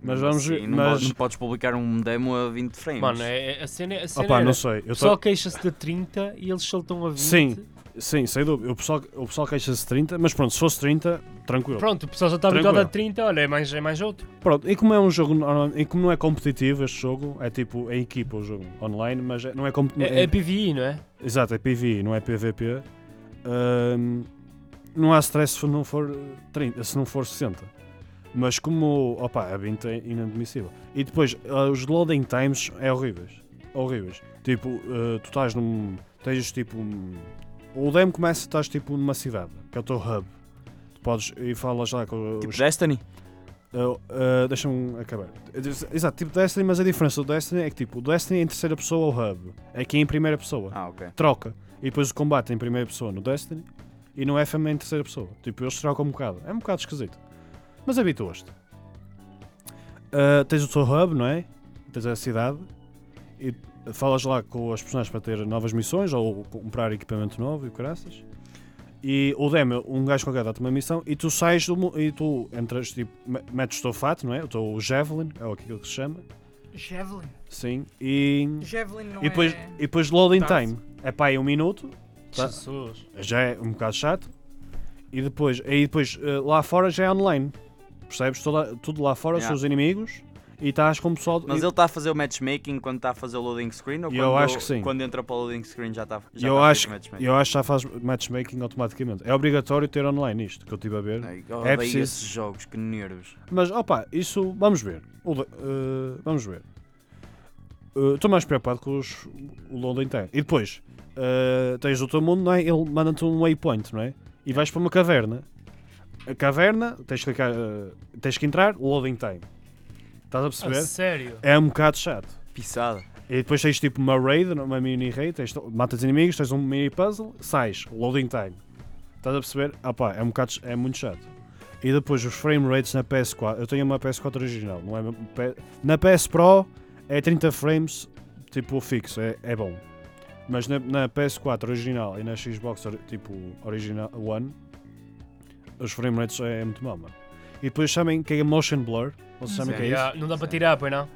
[SPEAKER 2] Mas vamos
[SPEAKER 5] Assim,
[SPEAKER 2] ver-
[SPEAKER 5] não,
[SPEAKER 2] mas-
[SPEAKER 5] podes, não podes publicar um demo a 20 frames.
[SPEAKER 3] Mano, é, é- a cena, a cena
[SPEAKER 2] Opa,
[SPEAKER 3] era,
[SPEAKER 2] não sei. Eu
[SPEAKER 3] o
[SPEAKER 2] tô-
[SPEAKER 3] pessoal queixa-se de 30 e eles soltam a 20.
[SPEAKER 2] Sim. Sim, sem dúvida. O pessoal, o pessoal queixa-se de 30, mas pronto, se fosse 30, tranquilo.
[SPEAKER 3] Pronto, o pessoal já está
[SPEAKER 2] Tranquilo.
[SPEAKER 3] habituado a 30, olha, é mais, é mais outro.
[SPEAKER 2] Pronto, e como é um jogo, normal- e como não é competitivo este jogo, é tipo em equipa o jogo online, mas é- não é competitivo.
[SPEAKER 3] É, é PVI, não é?
[SPEAKER 2] Exato, é PVI, não é PVP. Ahm, não há stress se não for 30, se não for 60. Mas como, opa, a 20 é inadmissível. E depois, ah, os loading times é horríveis. Horríveis. Tipo, ah, tu estás num... Tens tipo um... O demo começa, estás tipo numa cidade, que é o teu hub. Tu podes e falas lá com
[SPEAKER 5] Tipo
[SPEAKER 2] os...
[SPEAKER 5] Destiny?
[SPEAKER 2] Eu, eh, Deixa-me acabar. Exato, tipo Destiny, mas a diferença do Destiny é que tipo, o Destiny é em terceira pessoa ou hub. Aqui é em primeira pessoa.
[SPEAKER 5] Ah, ok.
[SPEAKER 2] Troca. E depois o combate é em primeira pessoa no Destiny. E E não é também em terceira pessoa. Tipo, eles trocam um bocado. É um bocado esquisito. Mas habituas-te. Ah, tens o teu hub, não é? Tens a cidade. E falas lá com as personagens para ter novas missões ou comprar equipamento novo e o caraças. E o demo, um gajo qualquer dá-te uma missão e tu sais do. mu- E tu entras, tipo, me- metes o teu fato, não é? O teu Javelin, é aquilo que se chama.
[SPEAKER 4] Javelin.
[SPEAKER 2] Sim. E.
[SPEAKER 4] Javelin não
[SPEAKER 2] E depois,
[SPEAKER 4] é.
[SPEAKER 2] e depois loading
[SPEAKER 4] Tá.
[SPEAKER 2] time. É pá, é um minuto,
[SPEAKER 3] Jesus.
[SPEAKER 2] já é um bocado chato. E depois, aí depois eh, lá fora já é online. Percebes? Toda- tudo lá fora
[SPEAKER 5] Yeah.
[SPEAKER 2] são os inimigos e estás com o pessoal.
[SPEAKER 5] Mas
[SPEAKER 2] e-
[SPEAKER 5] ele está a fazer o matchmaking quando está a fazer o loading screen?
[SPEAKER 2] Eu
[SPEAKER 5] Ou quando,
[SPEAKER 2] acho que sim.
[SPEAKER 5] Quando entra para o loading screen já está já
[SPEAKER 2] Eu
[SPEAKER 5] está
[SPEAKER 2] acho
[SPEAKER 5] feito o matchmaking?
[SPEAKER 2] eu acho que já faz matchmaking automaticamente. É obrigatório ter online isto que eu estive a ver.
[SPEAKER 5] Ai, eu
[SPEAKER 2] É
[SPEAKER 5] odeio
[SPEAKER 2] preciso.
[SPEAKER 5] esses jogos, que nervos.
[SPEAKER 2] Mas opa, isso vamos ver. O lo- eh, vamos ver. Eh, Estou mais preocupado com os, o loading time. E depois eh, tens o teu mundo, não é? Ele manda-te um waypoint, não é? E vais para uma caverna. A caverna, tens que, clicar, eh, tens que entrar, loading time. Estás a
[SPEAKER 3] A
[SPEAKER 2] perceber?
[SPEAKER 3] sério?
[SPEAKER 2] É um bocado chato.
[SPEAKER 5] Pisada.
[SPEAKER 2] E depois tens tipo uma raid, uma mini raid, tens, matas inimigos, tens um mini puzzle, sais, loading time. Estás a perceber? Ah pá, é um bocado, ch- é muito chato. E depois os frame rates na PS4, eu tenho uma PS4 original, não é? uma P- Na PS Pro é 30 frames, tipo fixo, é, é bom. Mas na, na PS4 original e na Xbox ori- tipo original One, os frame rates é, muito mau, mano. E depois sabem que é motion blur, vocês sabem o que é isso?
[SPEAKER 3] Yeah, Não dá para tirar, pois não?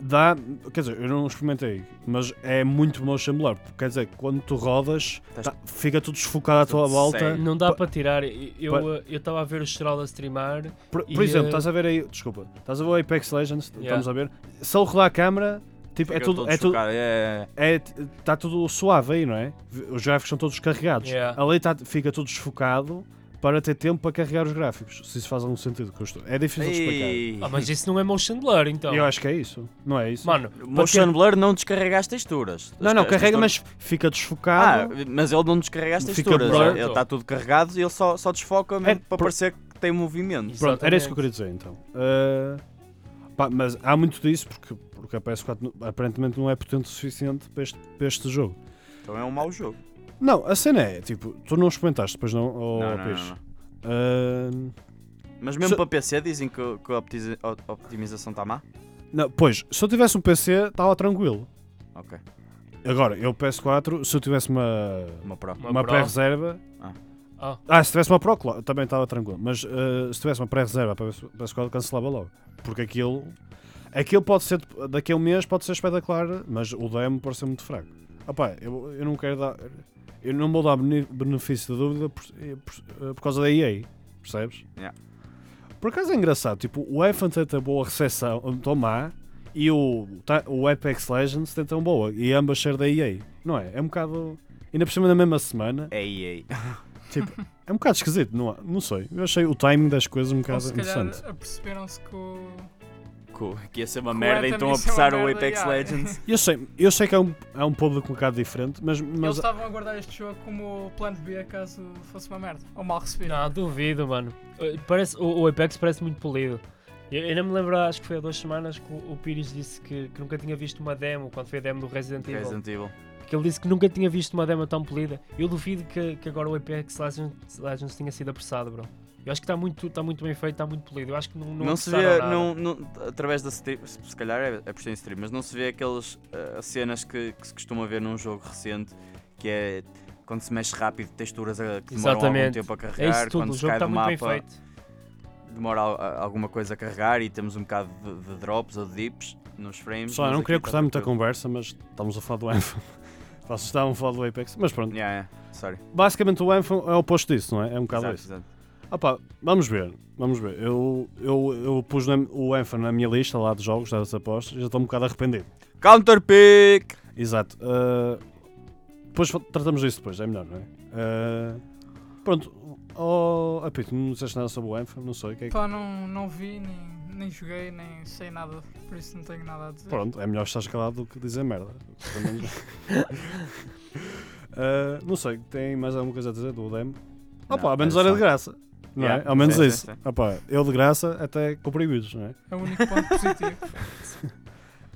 [SPEAKER 2] Dá, quer dizer, eu não experimentei, mas é muito motion blur. porque Quer dizer, quando tu rodas,
[SPEAKER 5] Estás-
[SPEAKER 2] tá- fica tudo desfocado à tua
[SPEAKER 5] Tudo
[SPEAKER 2] volta.
[SPEAKER 5] sério.
[SPEAKER 3] Não dá
[SPEAKER 2] Pa-
[SPEAKER 3] para tirar. E- Eu
[SPEAKER 2] pa-
[SPEAKER 3] eh, eu estava a ver o Geraldo
[SPEAKER 2] (laughs)
[SPEAKER 3] a streamar.
[SPEAKER 2] Por, por
[SPEAKER 3] E,
[SPEAKER 2] exemplo,
[SPEAKER 3] eh,
[SPEAKER 2] estás a ver aí, desculpa, estás a ver o Apex Legends,
[SPEAKER 3] Yeah.
[SPEAKER 2] estamos a ver, se ele rodar a câmera, tipo, é
[SPEAKER 5] Fica
[SPEAKER 2] tudo,
[SPEAKER 5] todo
[SPEAKER 2] é tudo,
[SPEAKER 5] chocado, é,
[SPEAKER 2] é, está tudo suave aí, não é? Os gráficos são todos carregados.
[SPEAKER 3] Yeah.
[SPEAKER 2] Ali tá- fica tudo desfocado para ter tempo para carregar os gráficos, se isso faz algum sentido. que eu estou- É difícil de explicar.
[SPEAKER 5] Ei.
[SPEAKER 3] Ah, mas isso não é motion blur, então.
[SPEAKER 2] Eu acho que é isso, não é isso?
[SPEAKER 3] Mano,
[SPEAKER 5] Motion Blur não descarrega as texturas.
[SPEAKER 2] não,
[SPEAKER 5] As-
[SPEAKER 2] não,
[SPEAKER 5] as
[SPEAKER 2] carrega,
[SPEAKER 5] texturas-
[SPEAKER 2] mas fica
[SPEAKER 5] então- Ah,
[SPEAKER 2] desfocado.
[SPEAKER 5] mas ele não descarrega as
[SPEAKER 2] Fica
[SPEAKER 5] texturas.
[SPEAKER 2] blurred.
[SPEAKER 5] Ele está tudo carregado e ele só, só desfoca mesmo para
[SPEAKER 2] É, por-
[SPEAKER 5] parecer que tem movimento.
[SPEAKER 2] Pronto, era isso que eu
[SPEAKER 3] exatamente.
[SPEAKER 2] queria dizer então. Ah, pá, mas há muito disso porque, porque a PS4 não- aparentemente não é potente o suficiente para este, para este jogo.
[SPEAKER 5] Então é um mau jogo.
[SPEAKER 2] Não, a cena é, tipo, tu não experimentaste depois não,
[SPEAKER 4] Oh,
[SPEAKER 2] oh, Ah, ou
[SPEAKER 5] não, não, não, não. Mas mesmo
[SPEAKER 2] Se-
[SPEAKER 5] para PC dizem que, que a optiza- a optimização está má?
[SPEAKER 2] pois, se eu tivesse um PC, estava tranquilo.
[SPEAKER 5] Ok.
[SPEAKER 2] Agora, eu PS4, se eu tivesse uma,
[SPEAKER 5] Uma pro.
[SPEAKER 2] uma,
[SPEAKER 3] Uma Pro?
[SPEAKER 2] pré-reserva...
[SPEAKER 5] Ah.
[SPEAKER 3] Ah.
[SPEAKER 2] Ah, se tivesse uma Pro, claro, também estava tranquilo. Mas ah, se tivesse uma pré-reserva para a PS4, cancelava logo. Porque aquilo... Aquilo pode ser, daqui a um mês pode ser espetacular, mas o demo pode ser muito fraco. Opá, eu, eu não quero dar. Eu não vou dar bene- benefício da dúvida por, eh, por, eh, por causa da EA, percebes?
[SPEAKER 5] Yeah.
[SPEAKER 2] Por acaso é engraçado, tipo, o iPhone tem tanta boa recepção, hum, tão má, e o, ta- o Apex Legends tem tão boa, e ambas ser da EA, não é? É um bocado. Ainda por cima na mesma semana,
[SPEAKER 5] Ei, ei. (laughs)
[SPEAKER 2] é um bocado esquisito, não, não sei. Eu achei o timing das coisas um
[SPEAKER 4] Ou
[SPEAKER 2] bocado
[SPEAKER 4] se
[SPEAKER 2] interessante.
[SPEAKER 4] calhar aperceberam-se que o.
[SPEAKER 5] Co- Que ia ser uma
[SPEAKER 4] Co-
[SPEAKER 5] merda,
[SPEAKER 4] é
[SPEAKER 5] então
[SPEAKER 4] também ser
[SPEAKER 5] apressar
[SPEAKER 4] uma
[SPEAKER 5] o
[SPEAKER 4] merda,
[SPEAKER 5] Apex
[SPEAKER 4] yeah.
[SPEAKER 5] Legends.
[SPEAKER 4] (laughs)
[SPEAKER 2] Eu sei, eu sei que é um, é um público um bocado diferente, mas.
[SPEAKER 4] Eles
[SPEAKER 2] mas
[SPEAKER 4] estavam a guardar este jogo como plano B caso fosse uma merda. Ou mal recebido.
[SPEAKER 3] Não, duvido, mano. Eh, Parece, o, o Apex parece muito polido. Eu, eu não me lembro, acho que foi há duas semanas que o, o Pires disse que, que nunca tinha visto uma demo, quando foi a demo do Resident
[SPEAKER 4] Tipo.
[SPEAKER 3] Evil.
[SPEAKER 5] Resident Evil.
[SPEAKER 3] Que ele disse que nunca tinha visto uma demo tão polida. Eu duvido que, que agora o Apex Legends, Legends tenha sido apressado, bro. Eu acho que está muito, tá muito bem feito, está muito polido. Eu acho que não, não,
[SPEAKER 5] Não, se
[SPEAKER 3] apressaram
[SPEAKER 5] vê,
[SPEAKER 3] nada.
[SPEAKER 5] não, não- através da stream, se se calhar é, é por ser em stream, mas não se vê aquelas eh, cenas que, que se costuma ver num jogo recente, que é quando se mexe rápido, texturas a, que demoram algum
[SPEAKER 3] Exatamente.
[SPEAKER 5] tempo a
[SPEAKER 3] É
[SPEAKER 5] carregar,
[SPEAKER 3] isso tudo,
[SPEAKER 5] quando
[SPEAKER 3] o
[SPEAKER 5] se
[SPEAKER 3] jogo
[SPEAKER 5] cai
[SPEAKER 3] está
[SPEAKER 5] do
[SPEAKER 3] muito bem
[SPEAKER 5] mapa,
[SPEAKER 3] feito.
[SPEAKER 5] demora al- a- alguma coisa a carregar e temos um bocado de, de drops ou de dips nos frames.
[SPEAKER 2] Pessoal, eu
[SPEAKER 5] mas
[SPEAKER 2] não
[SPEAKER 5] aqui
[SPEAKER 2] queria
[SPEAKER 5] tá
[SPEAKER 2] cortar muita
[SPEAKER 5] tranquilo.
[SPEAKER 2] conversa, mas estamos a falar do Anthem. (laughs) Vocês estavam a falar do Apex, mas pronto.
[SPEAKER 5] Yeah, yeah, sorry.
[SPEAKER 3] Um
[SPEAKER 2] Basicamente o Anthem é o oposto disso, não é? É um bocado
[SPEAKER 5] Exato,
[SPEAKER 2] isso.
[SPEAKER 5] exato.
[SPEAKER 2] Ah pá, vamos ver, vamos ver. Eu, eu, eu pus na- o Anthem na minha lista lá de jogos, das apostas, e já estou um bocado arrependido.
[SPEAKER 5] Counter pick!
[SPEAKER 2] Exato. Ah, depois fa- tratamos disso depois, é melhor, não é? Ah, pronto. Oh, apito, não disseste nada sobre o Anthem, não sei o que é que...
[SPEAKER 4] Pá, não, não vi, nem, nem joguei, nem sei nada. Por isso não tenho nada a dizer.
[SPEAKER 2] Pronto, é melhor estar calado do que dizer merda. Pelo menos-
[SPEAKER 5] (laughs)
[SPEAKER 2] Ah, não sei, tem mais alguma coisa a dizer do demo? Ah
[SPEAKER 5] Não,
[SPEAKER 2] pá, ao menos
[SPEAKER 5] era
[SPEAKER 2] era
[SPEAKER 5] só-
[SPEAKER 2] de graça. Não
[SPEAKER 5] Yeah,
[SPEAKER 2] é? Ao menos
[SPEAKER 5] sim, sim,
[SPEAKER 2] isso.
[SPEAKER 5] sim.
[SPEAKER 2] Ah pá, eu de graça até comprei vídeos, não é?
[SPEAKER 4] É o único
[SPEAKER 2] (laughs)
[SPEAKER 4] ponto positivo.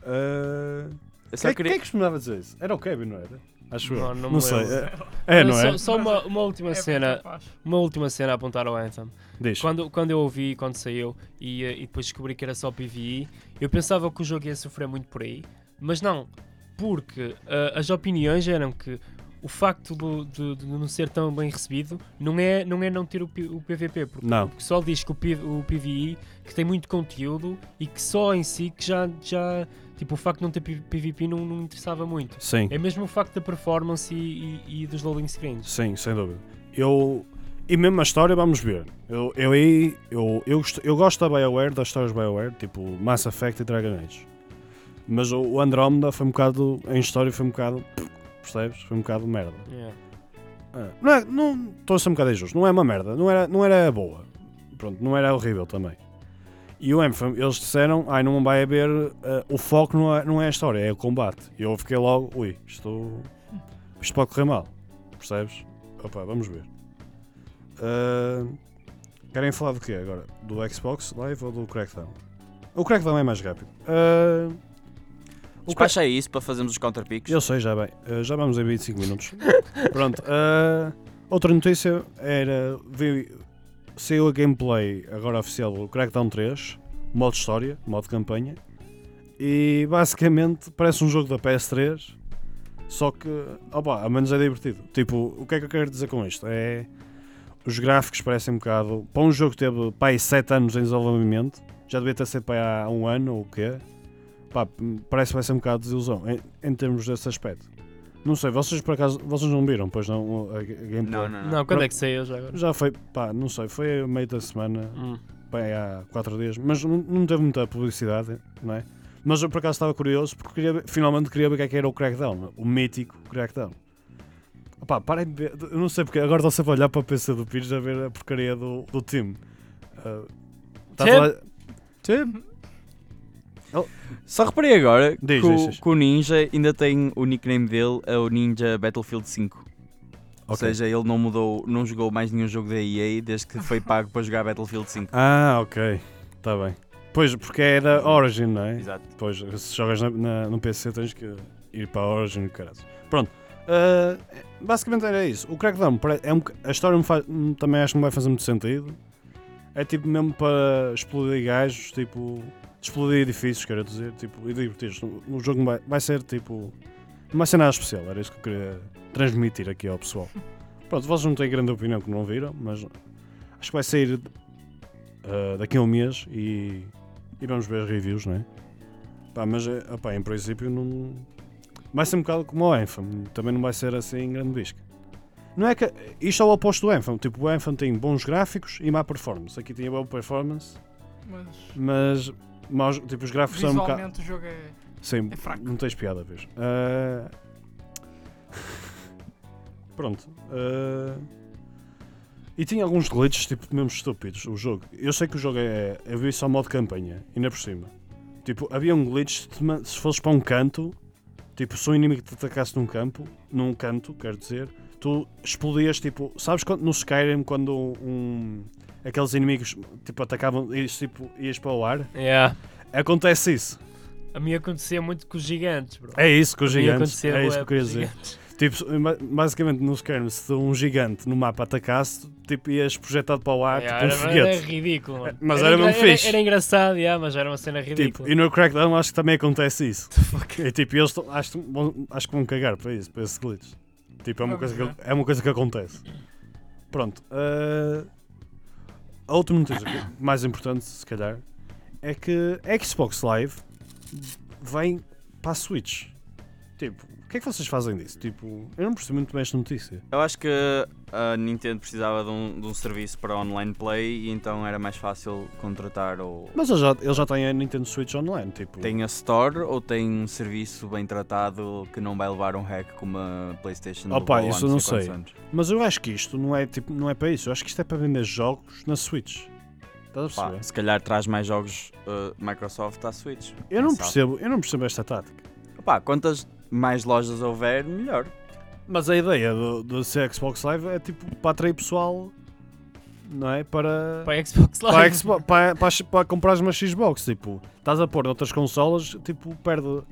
[SPEAKER 2] Ah,
[SPEAKER 5] Eu
[SPEAKER 2] quem,
[SPEAKER 5] só
[SPEAKER 2] é que- quem
[SPEAKER 5] Ah, queria.
[SPEAKER 3] é
[SPEAKER 2] é que costumava dizer isso? Era o Kevin, não era? Acho eu.
[SPEAKER 3] Não, não
[SPEAKER 2] Não,
[SPEAKER 3] me
[SPEAKER 2] sei.
[SPEAKER 3] lembro.
[SPEAKER 2] É, é, não
[SPEAKER 3] só,
[SPEAKER 2] é?
[SPEAKER 3] Só uma, uma última
[SPEAKER 4] É bem
[SPEAKER 3] cena,
[SPEAKER 4] capaz.
[SPEAKER 3] uma última cena a apontar ao Anthem.
[SPEAKER 2] Diz.
[SPEAKER 3] Quando, quando eu ouvi, quando saiu, e, eh, e depois descobri que era só PvE, eu pensava que o jogo ia sofrer muito por aí, mas não, porque eh, as opiniões eram que o facto do- de, de não ser tão bem recebido não é não, é não ter o, P- o PVP, porque
[SPEAKER 2] Não.
[SPEAKER 3] o pessoal diz que o, P- o PvE que tem muito conteúdo e que só em si que já, já tipo, o facto de não ter P- PvP não, não interessava muito.
[SPEAKER 2] Sim.
[SPEAKER 3] É mesmo o facto da performance e, e- e dos loading screens.
[SPEAKER 2] Sim, sem dúvida. Eu. E mesmo a história, vamos ver. Eu, eu aí. Eu, eu, gosto- eu gosto da BioWare, das histórias BioWare, tipo Mass Effect e Dragon Age. Mas o, o Andromeda foi um bocado. Em história foi um bocado. Percebes? Foi um bocado merda.
[SPEAKER 3] Yeah.
[SPEAKER 2] Ah, Não é- não estou a ser um bocado injusto, não é uma merda, não era, não era boa, pronto, não era horrível também. E o Anthem, eles disseram, ai não vai haver, ah, o foco não é, não é a história, é o combate. E eu fiquei logo, ui, isto, isto pode correr mal, percebes? Opa, vamos ver. Ah, querem falar do quê agora? Do Xbox Live ou do Crackdown? O Crackdown é mais rápido. Ah, o Crack-
[SPEAKER 5] Despacha isso para fazermos os counterpicks.
[SPEAKER 2] eu sei, já bem. Eh, já vamos em 25 minutos. (laughs) Pronto. eh, outra notícia era. Vi, saiu a gameplay agora oficial do Crackdown 3, modo história, modo campanha. E basicamente parece um jogo da PS3. Só que, opa, ao menos é divertido. Tipo, o que é que eu quero dizer com isto? É. Os gráficos parecem um bocado. Para um jogo que teve, pá, 7 anos em desenvolvimento, já devia ter sido pá, há um ano ou o quê? pá, parece que vai ser um bocado de desilusão em, em termos desse aspecto. Não sei, vocês por acaso, vocês não viram, pois não, a, a gameplay?
[SPEAKER 5] Não, não, não.
[SPEAKER 3] Não, quando é que saiu já agora?
[SPEAKER 2] Já foi, pá, não sei, foi a meio da semana,
[SPEAKER 3] Hum.
[SPEAKER 2] bem, há 4 dias, mas não, não teve muita publicidade, não é? Mas eu por acaso estava curioso porque queria ver- finalmente queria ver o que é que era o Crackdown, o mítico Crackdown. Pá, parem de ver, eu não sei porque, agora estou sempre a olhar para a PC do Pires a ver a porcaria do, do Ah, time.
[SPEAKER 3] Tim?
[SPEAKER 2] Tim?
[SPEAKER 5] Só reparei agora
[SPEAKER 2] Oh. Diz,
[SPEAKER 5] que,
[SPEAKER 2] diz,
[SPEAKER 5] o,
[SPEAKER 2] diz.
[SPEAKER 5] que o Ninja ainda tem o nickname dele, é o Ninja Battlefield 5. Ou
[SPEAKER 2] Ok.
[SPEAKER 5] seja, ele não mudou, não jogou mais nenhum jogo da EA desde que foi pago para jogar Battlefield 5.
[SPEAKER 2] Ah, ok. Está bem. Pois, porque é da Origin, não é?
[SPEAKER 5] Exato.
[SPEAKER 2] Pois, se jogas na- na- no PC tens que ir para a Origin e caralho. Pronto. Ah, basicamente era isso. O Crackdown, pare- é um, boca- a história me faz- hum, também acho que não vai fazer muito sentido. É tipo mesmo para explodir gajos, tipo. Explodir edifícios, quero dizer, tipo, e divertir-se. O- O jogo não vai, vai ser tipo. Não vai ser nada especial, era isso que eu queria transmitir aqui ao pessoal. Pronto, vocês não têm grande opinião que não viram, mas acho que vai sair ah, daqui a um mês e, e vamos ver as reviews, não é? Pá, mas eh, opá, em princípio não. Vai ser um bocado como o Anthem, também não vai ser assim grande bisca. Não é que. Isto é o oposto do Anthem, tipo, o Anthem tem bons gráficos e má performance. Aqui tinha boa performance,
[SPEAKER 4] Mas
[SPEAKER 2] mas maus, tipo, os gráficos são um bocado.
[SPEAKER 4] visualmente o jogo é.
[SPEAKER 2] Sim,
[SPEAKER 4] é fraco.
[SPEAKER 2] não tens piada, vês? Ah, (laughs) Pronto. ah, E tinha alguns glitches, tipo, mesmo estúpidos, o jogo. Eu sei que o jogo é... Eu vi só modo campanha, ainda por cima. Tipo, havia um glitch, se te ma- se fosses para um canto, tipo, se um inimigo te atacasse num campo, num canto, quero dizer, tu explodias, tipo... Sabes quando, no Skyrim, quando um... Aqueles inimigos, tipo, atacavam, ias, tipo, ias para o ar?
[SPEAKER 3] Yeah.
[SPEAKER 2] Acontece isso.
[SPEAKER 3] A mim acontecia muito com os gigantes, bro.
[SPEAKER 2] É isso com os
[SPEAKER 3] A mim
[SPEAKER 2] gigantes.
[SPEAKER 3] acontecia
[SPEAKER 2] É isso
[SPEAKER 3] bué
[SPEAKER 2] que eu queria
[SPEAKER 3] com os
[SPEAKER 2] dizer.
[SPEAKER 3] gigantes.
[SPEAKER 2] Tipo, ba- basicamente no Skyrim, se um gigante no mapa atacasse, tipo, ias projetado para o ar,
[SPEAKER 3] Yeah,
[SPEAKER 2] tipo um
[SPEAKER 3] É, era, era
[SPEAKER 2] foguete.
[SPEAKER 3] ridículo, mano.
[SPEAKER 2] Mas era mesmo
[SPEAKER 3] era,
[SPEAKER 2] fixe.
[SPEAKER 3] Era engraçado, yeah, mas era uma cena
[SPEAKER 2] Tipo,
[SPEAKER 3] ridícula.
[SPEAKER 2] e no Crackdown acho que também acontece isso. E tipo, eles tão- acho, que vão- acho que vão cagar para isso, para esses glitches. Tipo, é uma,
[SPEAKER 4] Vamos
[SPEAKER 2] coisa
[SPEAKER 4] ver.
[SPEAKER 2] que, é uma coisa que acontece. Pronto. ah, a última notícia, que- mais importante, se calhar, é que a Xbox Live vem para a Switch. Tipo, o que é que vocês fazem disso? Tipo, eu não percebo muito bem esta notícia.
[SPEAKER 5] Eu acho que a Nintendo precisava de um, de um serviço para online play e então era mais fácil contratar ou
[SPEAKER 2] Mas ele já, ele já tem a Nintendo Switch Online, tipo.
[SPEAKER 5] tem a Store ou tem um serviço bem tratado que não vai levar um hack como a PlayStation.
[SPEAKER 2] Opa,
[SPEAKER 5] levou há
[SPEAKER 2] isso eu não
[SPEAKER 5] sei quantos
[SPEAKER 2] sei.
[SPEAKER 5] anos.
[SPEAKER 2] Mas eu acho que isto não é, tipo, não é para isso. Eu acho que isto é para vender jogos na Switch. Estás a
[SPEAKER 5] Pá,
[SPEAKER 2] perceber?
[SPEAKER 5] se calhar traz mais jogos uh, Microsoft à Switch.
[SPEAKER 2] eu, não
[SPEAKER 5] Quem sabe?
[SPEAKER 2] percebo, eu não percebo esta tática.
[SPEAKER 5] Opa, quantas mais lojas houver, melhor.
[SPEAKER 2] Mas a ideia do, do ser Xbox Live é tipo para atrair pessoal, não é? Para.
[SPEAKER 3] Para a Xbox Live.
[SPEAKER 2] Para, a Xbox- para, para, as- para comprar uma Xbox, tipo, estás a pôr outras consolas, tipo, perde.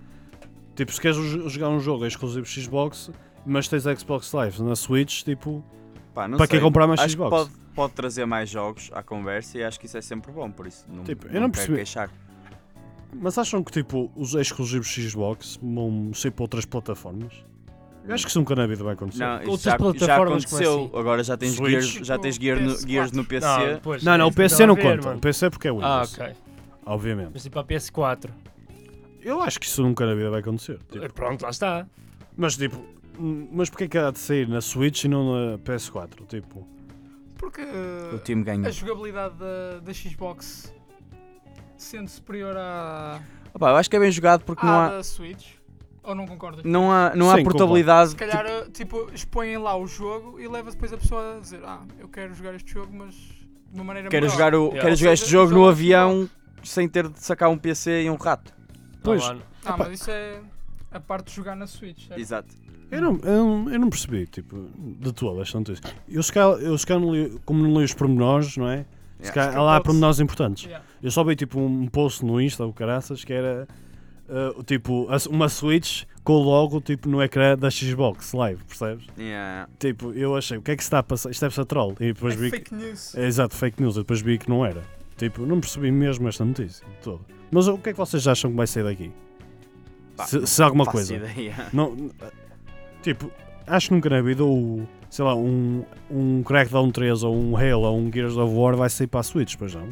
[SPEAKER 2] Tipo, se queres jo- jogar um jogo exclusivo Xbox, mas tens Xbox Live na Switch, tipo,
[SPEAKER 5] Pá, não
[SPEAKER 2] para que
[SPEAKER 5] sei.
[SPEAKER 2] comprar mais
[SPEAKER 5] acho que
[SPEAKER 2] Xbox?
[SPEAKER 5] pode, pode trazer mais jogos à conversa e acho que isso é sempre bom, por isso não,
[SPEAKER 2] Tipo, eu
[SPEAKER 5] não,
[SPEAKER 2] não
[SPEAKER 5] quero
[SPEAKER 2] percebi-
[SPEAKER 5] queixar.
[SPEAKER 2] Mas acham que tipo os exclusivos Xbox vão ser para outras plataformas? Eu acho que isso nunca na vida vai acontecer.
[SPEAKER 5] Não, isso
[SPEAKER 3] Outras
[SPEAKER 5] já, já
[SPEAKER 3] plataformas, como
[SPEAKER 5] aconteceu.
[SPEAKER 3] assim?
[SPEAKER 5] Agora já tens,
[SPEAKER 2] Switch?
[SPEAKER 5] gears, já tens gear no,
[SPEAKER 4] Tipo,
[SPEAKER 5] gears no PC.
[SPEAKER 3] Não, depois,
[SPEAKER 2] não, não, o
[SPEAKER 3] isso
[SPEAKER 2] PC não
[SPEAKER 3] a ver,
[SPEAKER 2] conta.
[SPEAKER 3] mano.
[SPEAKER 2] O PC é porque é Windows.
[SPEAKER 3] Ah, ok.
[SPEAKER 2] Obviamente.
[SPEAKER 3] Mas tipo a PS4.
[SPEAKER 2] Eu acho que isso nunca na vida vai acontecer.
[SPEAKER 4] É.
[SPEAKER 2] tipo.
[SPEAKER 3] Pronto, lá está.
[SPEAKER 2] Mas tipo, hum, mas porque é que há de sair na Switch e não na PS4? Tipo,
[SPEAKER 4] Porque
[SPEAKER 5] O time ganha.
[SPEAKER 4] a jogabilidade da, da Xbox sendo superior à,
[SPEAKER 5] Opa, eu acho que é bem jogado porque não
[SPEAKER 4] à
[SPEAKER 5] há,
[SPEAKER 3] Ah,
[SPEAKER 5] Hum,
[SPEAKER 4] da Switch. Ou não concordas?
[SPEAKER 5] não há, não há
[SPEAKER 2] Sim,
[SPEAKER 5] portabilidade.
[SPEAKER 4] Se calhar, eh, tipo, expõem lá o jogo e leva depois a pessoa a dizer: Ah, eu quero jogar este jogo, mas de uma maneira
[SPEAKER 5] Quero
[SPEAKER 4] melhor."
[SPEAKER 5] jogar, o,
[SPEAKER 3] é Yeah.
[SPEAKER 5] quero
[SPEAKER 4] Ou
[SPEAKER 5] jogar
[SPEAKER 4] seja,
[SPEAKER 5] este jogo
[SPEAKER 4] jogo
[SPEAKER 5] no
[SPEAKER 4] de
[SPEAKER 5] avião sem ter de sacar um PC e um rato.
[SPEAKER 2] Pois.
[SPEAKER 3] Ah, mano.
[SPEAKER 4] Ah,
[SPEAKER 2] Epá.
[SPEAKER 4] mas isso é a parte de jogar na Switch.
[SPEAKER 3] É.
[SPEAKER 4] certo?
[SPEAKER 5] Exato.
[SPEAKER 2] eu não, eu, não- eu não percebi, tipo, de todas, tanto isso. Eu se calhar, eu, se calhar não li- como não li os pormenores, não é? Se
[SPEAKER 5] Yeah.
[SPEAKER 2] calhar,
[SPEAKER 4] Se
[SPEAKER 2] há lá há
[SPEAKER 4] calhar
[SPEAKER 2] pormenores importantes.
[SPEAKER 4] Yeah.
[SPEAKER 2] Eu só vi tipo um post no Insta, o caraças, que era uh, tipo a- uma Switch com o logo tipo, no ecrã da Xbox Live, percebes?
[SPEAKER 5] Yeah.
[SPEAKER 2] Tipo, eu achei, o que é que se está a passar? Isto deve ser troll. E depois
[SPEAKER 4] É
[SPEAKER 2] vi que.
[SPEAKER 4] fake news.
[SPEAKER 2] É, exato, fake news. E depois vi que não era. Tipo, não percebi mesmo esta notícia de toda. Mas o que é que vocês acham que vai sair daqui?
[SPEAKER 5] Pá,
[SPEAKER 2] se,
[SPEAKER 5] não
[SPEAKER 2] se alguma
[SPEAKER 5] faço
[SPEAKER 2] coisa.
[SPEAKER 5] ideia.
[SPEAKER 2] Não, n- tipo, acho que nunca na vida o. Sei lá, um, um Crackdown 3 ou um Halo ou um Gears of War vai sair para a Switch, pois não?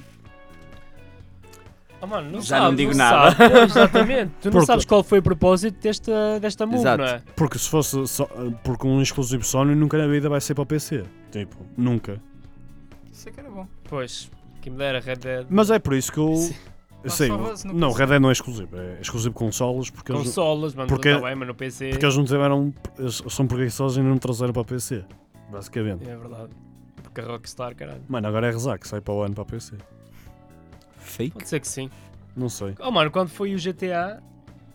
[SPEAKER 3] Ah, mano, não
[SPEAKER 5] Já
[SPEAKER 3] sabe,
[SPEAKER 5] não digo nada.
[SPEAKER 3] sabe. É, exatamente. Tu não
[SPEAKER 2] Porque-
[SPEAKER 3] sabes qual foi o propósito desta, desta move,
[SPEAKER 5] Exato.
[SPEAKER 3] não é?
[SPEAKER 2] Porque se fosse só, porque um exclusivo Sony nunca na vida vai ser para o PC. Tipo, nunca.
[SPEAKER 4] Isso é que era bom.
[SPEAKER 3] Pois, que me dera Red Dead
[SPEAKER 2] Mas é por isso que eu.
[SPEAKER 3] Sim.
[SPEAKER 2] Sim,
[SPEAKER 4] só vozes no
[SPEAKER 2] não,
[SPEAKER 4] PC.
[SPEAKER 2] Red Dead não é exclusivo. É exclusivo consoles porque, eles,
[SPEAKER 3] consolas, mano,
[SPEAKER 2] Porque-
[SPEAKER 3] porque... bem, mas no PC.
[SPEAKER 2] porque eles não tiveram. Eles são preguiçosos e não trouxeram para o PC. Basicamente.
[SPEAKER 3] É verdade. Porque a Rockstar, caralho.
[SPEAKER 2] Mano, agora é rezar que sai para o ano para o PC.
[SPEAKER 5] Fake?
[SPEAKER 3] Pode ser que sim.
[SPEAKER 2] Não sei.
[SPEAKER 3] Oh, mano, quando foi o GTA.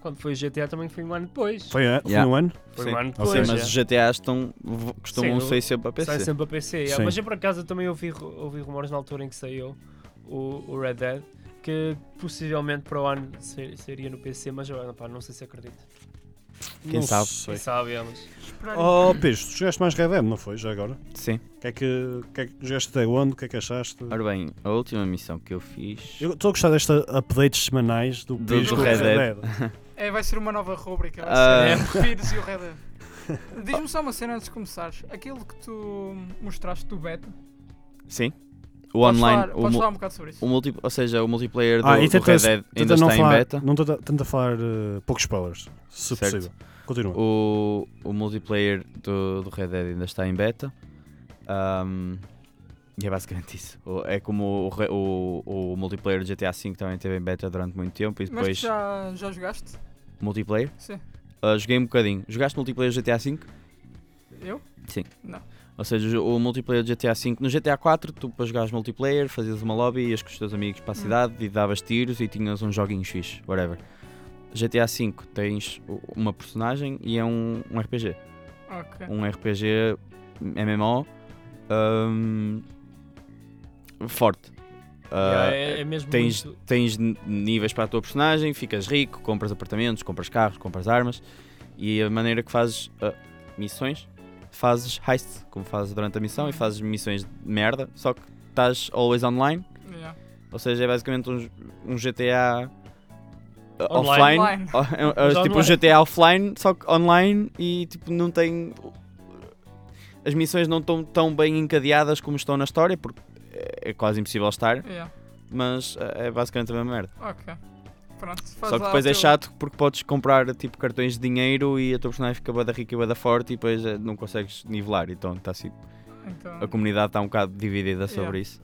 [SPEAKER 3] Quando foi o GTA também foi um ano depois.
[SPEAKER 2] Foi, a- foi
[SPEAKER 5] Yeah.
[SPEAKER 2] no ano?
[SPEAKER 3] Foi
[SPEAKER 5] Sim.
[SPEAKER 3] um ano depois.
[SPEAKER 5] Sim,
[SPEAKER 3] é.
[SPEAKER 5] mas os GTAs estão, costumam
[SPEAKER 3] Sim,
[SPEAKER 5] sair sempre para
[SPEAKER 3] Sai
[SPEAKER 5] PC.
[SPEAKER 3] sempre a PC. é.
[SPEAKER 2] Sim.
[SPEAKER 3] Mas eu por acaso também ouvi, ru- ouvi rumores na altura em que saiu o, o Red Dead que possivelmente para o ano ser- seria no PC, mas eu, pá, não sei se acredito.
[SPEAKER 2] não
[SPEAKER 5] Quem sabe?
[SPEAKER 2] sei.
[SPEAKER 3] Quem sabe, é, mas.
[SPEAKER 4] Esperar
[SPEAKER 2] Oh, Pires, tu jogaste mais Red Dead, não foi? Já agora?
[SPEAKER 5] Sim.
[SPEAKER 2] O que é que, o que, é que jogaste até onde? O que é que achaste?
[SPEAKER 5] Ora bem, a última missão que eu fiz.
[SPEAKER 2] Eu estou a gostar destas updates semanais do
[SPEAKER 5] Do-
[SPEAKER 2] Pires
[SPEAKER 4] do
[SPEAKER 2] com
[SPEAKER 4] Red
[SPEAKER 5] Dead.
[SPEAKER 4] É, vai ser uma nova rúbrica. Vai
[SPEAKER 5] Ah.
[SPEAKER 4] ser o Pires e o Red Dead.
[SPEAKER 5] (laughs)
[SPEAKER 4] Diz-me só uma cena antes de começares. Aquilo que tu mostraste do beta.
[SPEAKER 5] Sim. O
[SPEAKER 4] podes
[SPEAKER 5] online.
[SPEAKER 4] falar-
[SPEAKER 5] o
[SPEAKER 4] podes
[SPEAKER 5] mu-
[SPEAKER 4] falar um bocado sobre isso.
[SPEAKER 5] o multi- ou seja, o multiplayer do,
[SPEAKER 2] Ah, e
[SPEAKER 5] do
[SPEAKER 2] tenta-
[SPEAKER 5] Red Dead ainda
[SPEAKER 2] Tenta não
[SPEAKER 5] está em
[SPEAKER 2] falar,
[SPEAKER 5] beta.
[SPEAKER 2] Não tenta, tenta falar eh, poucos spoilers, se
[SPEAKER 5] Certo.
[SPEAKER 2] possível. Continua.
[SPEAKER 5] O, o multiplayer do, do Red Dead ainda está em beta. Ahm, e é basicamente isso. O- é como o, re- o, o multiplayer do GTA V também esteve em beta durante muito tempo e
[SPEAKER 4] Mas tu
[SPEAKER 5] depois
[SPEAKER 4] já, já jogaste?
[SPEAKER 5] multiplayer.
[SPEAKER 4] Sim.
[SPEAKER 5] Ah, joguei um bocadinho. Jogaste multiplayer do GTA V?
[SPEAKER 4] Eu?
[SPEAKER 5] Ou seja, o multiplayer do GTA V. No GTA IV, tu para jogares multiplayer, fazias uma lobby, ias com os teus amigos para a
[SPEAKER 4] Hum.
[SPEAKER 5] cidade e davas tiros e tinhas uns joguinhos fixe, whatever. GTA V tens u- uma personagem e é um, um RPG.
[SPEAKER 4] Ok.
[SPEAKER 5] Um RPG MMO hum, forte. Ah,
[SPEAKER 3] é, é mesmo
[SPEAKER 5] tens,
[SPEAKER 3] muito-
[SPEAKER 5] tens n- níveis para a tua personagem, ficas rico, compras apartamentos, compras carros, compras armas e a maneira que fazes ah, missões, fazes heists, como fazes durante a
[SPEAKER 3] Uhum.
[SPEAKER 5] missão, e fazes missões de merda, só que estás always online,
[SPEAKER 4] Yeah.
[SPEAKER 5] ou seja, é basicamente um, um GTA ah, offline,
[SPEAKER 3] Online.
[SPEAKER 4] Online.
[SPEAKER 5] Oh, é- é
[SPEAKER 3] Mas
[SPEAKER 5] tipo um
[SPEAKER 3] online.
[SPEAKER 5] GTA offline, só que online e tipo não tem. As missões não estão tão bem encadeadas como estão na história, porque é é quase impossível estar,
[SPEAKER 4] Yeah.
[SPEAKER 5] mas ah, é basicamente a mesma merda.
[SPEAKER 4] Ok. Pronto. Faz
[SPEAKER 5] Só que
[SPEAKER 4] lá o
[SPEAKER 5] depois é
[SPEAKER 4] teu-
[SPEAKER 5] chato porque podes comprar tipo cartões de dinheiro e a tua personagem fica bué da rica e bué da forte e depois eh, não consegues nivelar. Então tá assim,
[SPEAKER 4] Então,
[SPEAKER 5] a comunidade está um bocado dividida sobre isso.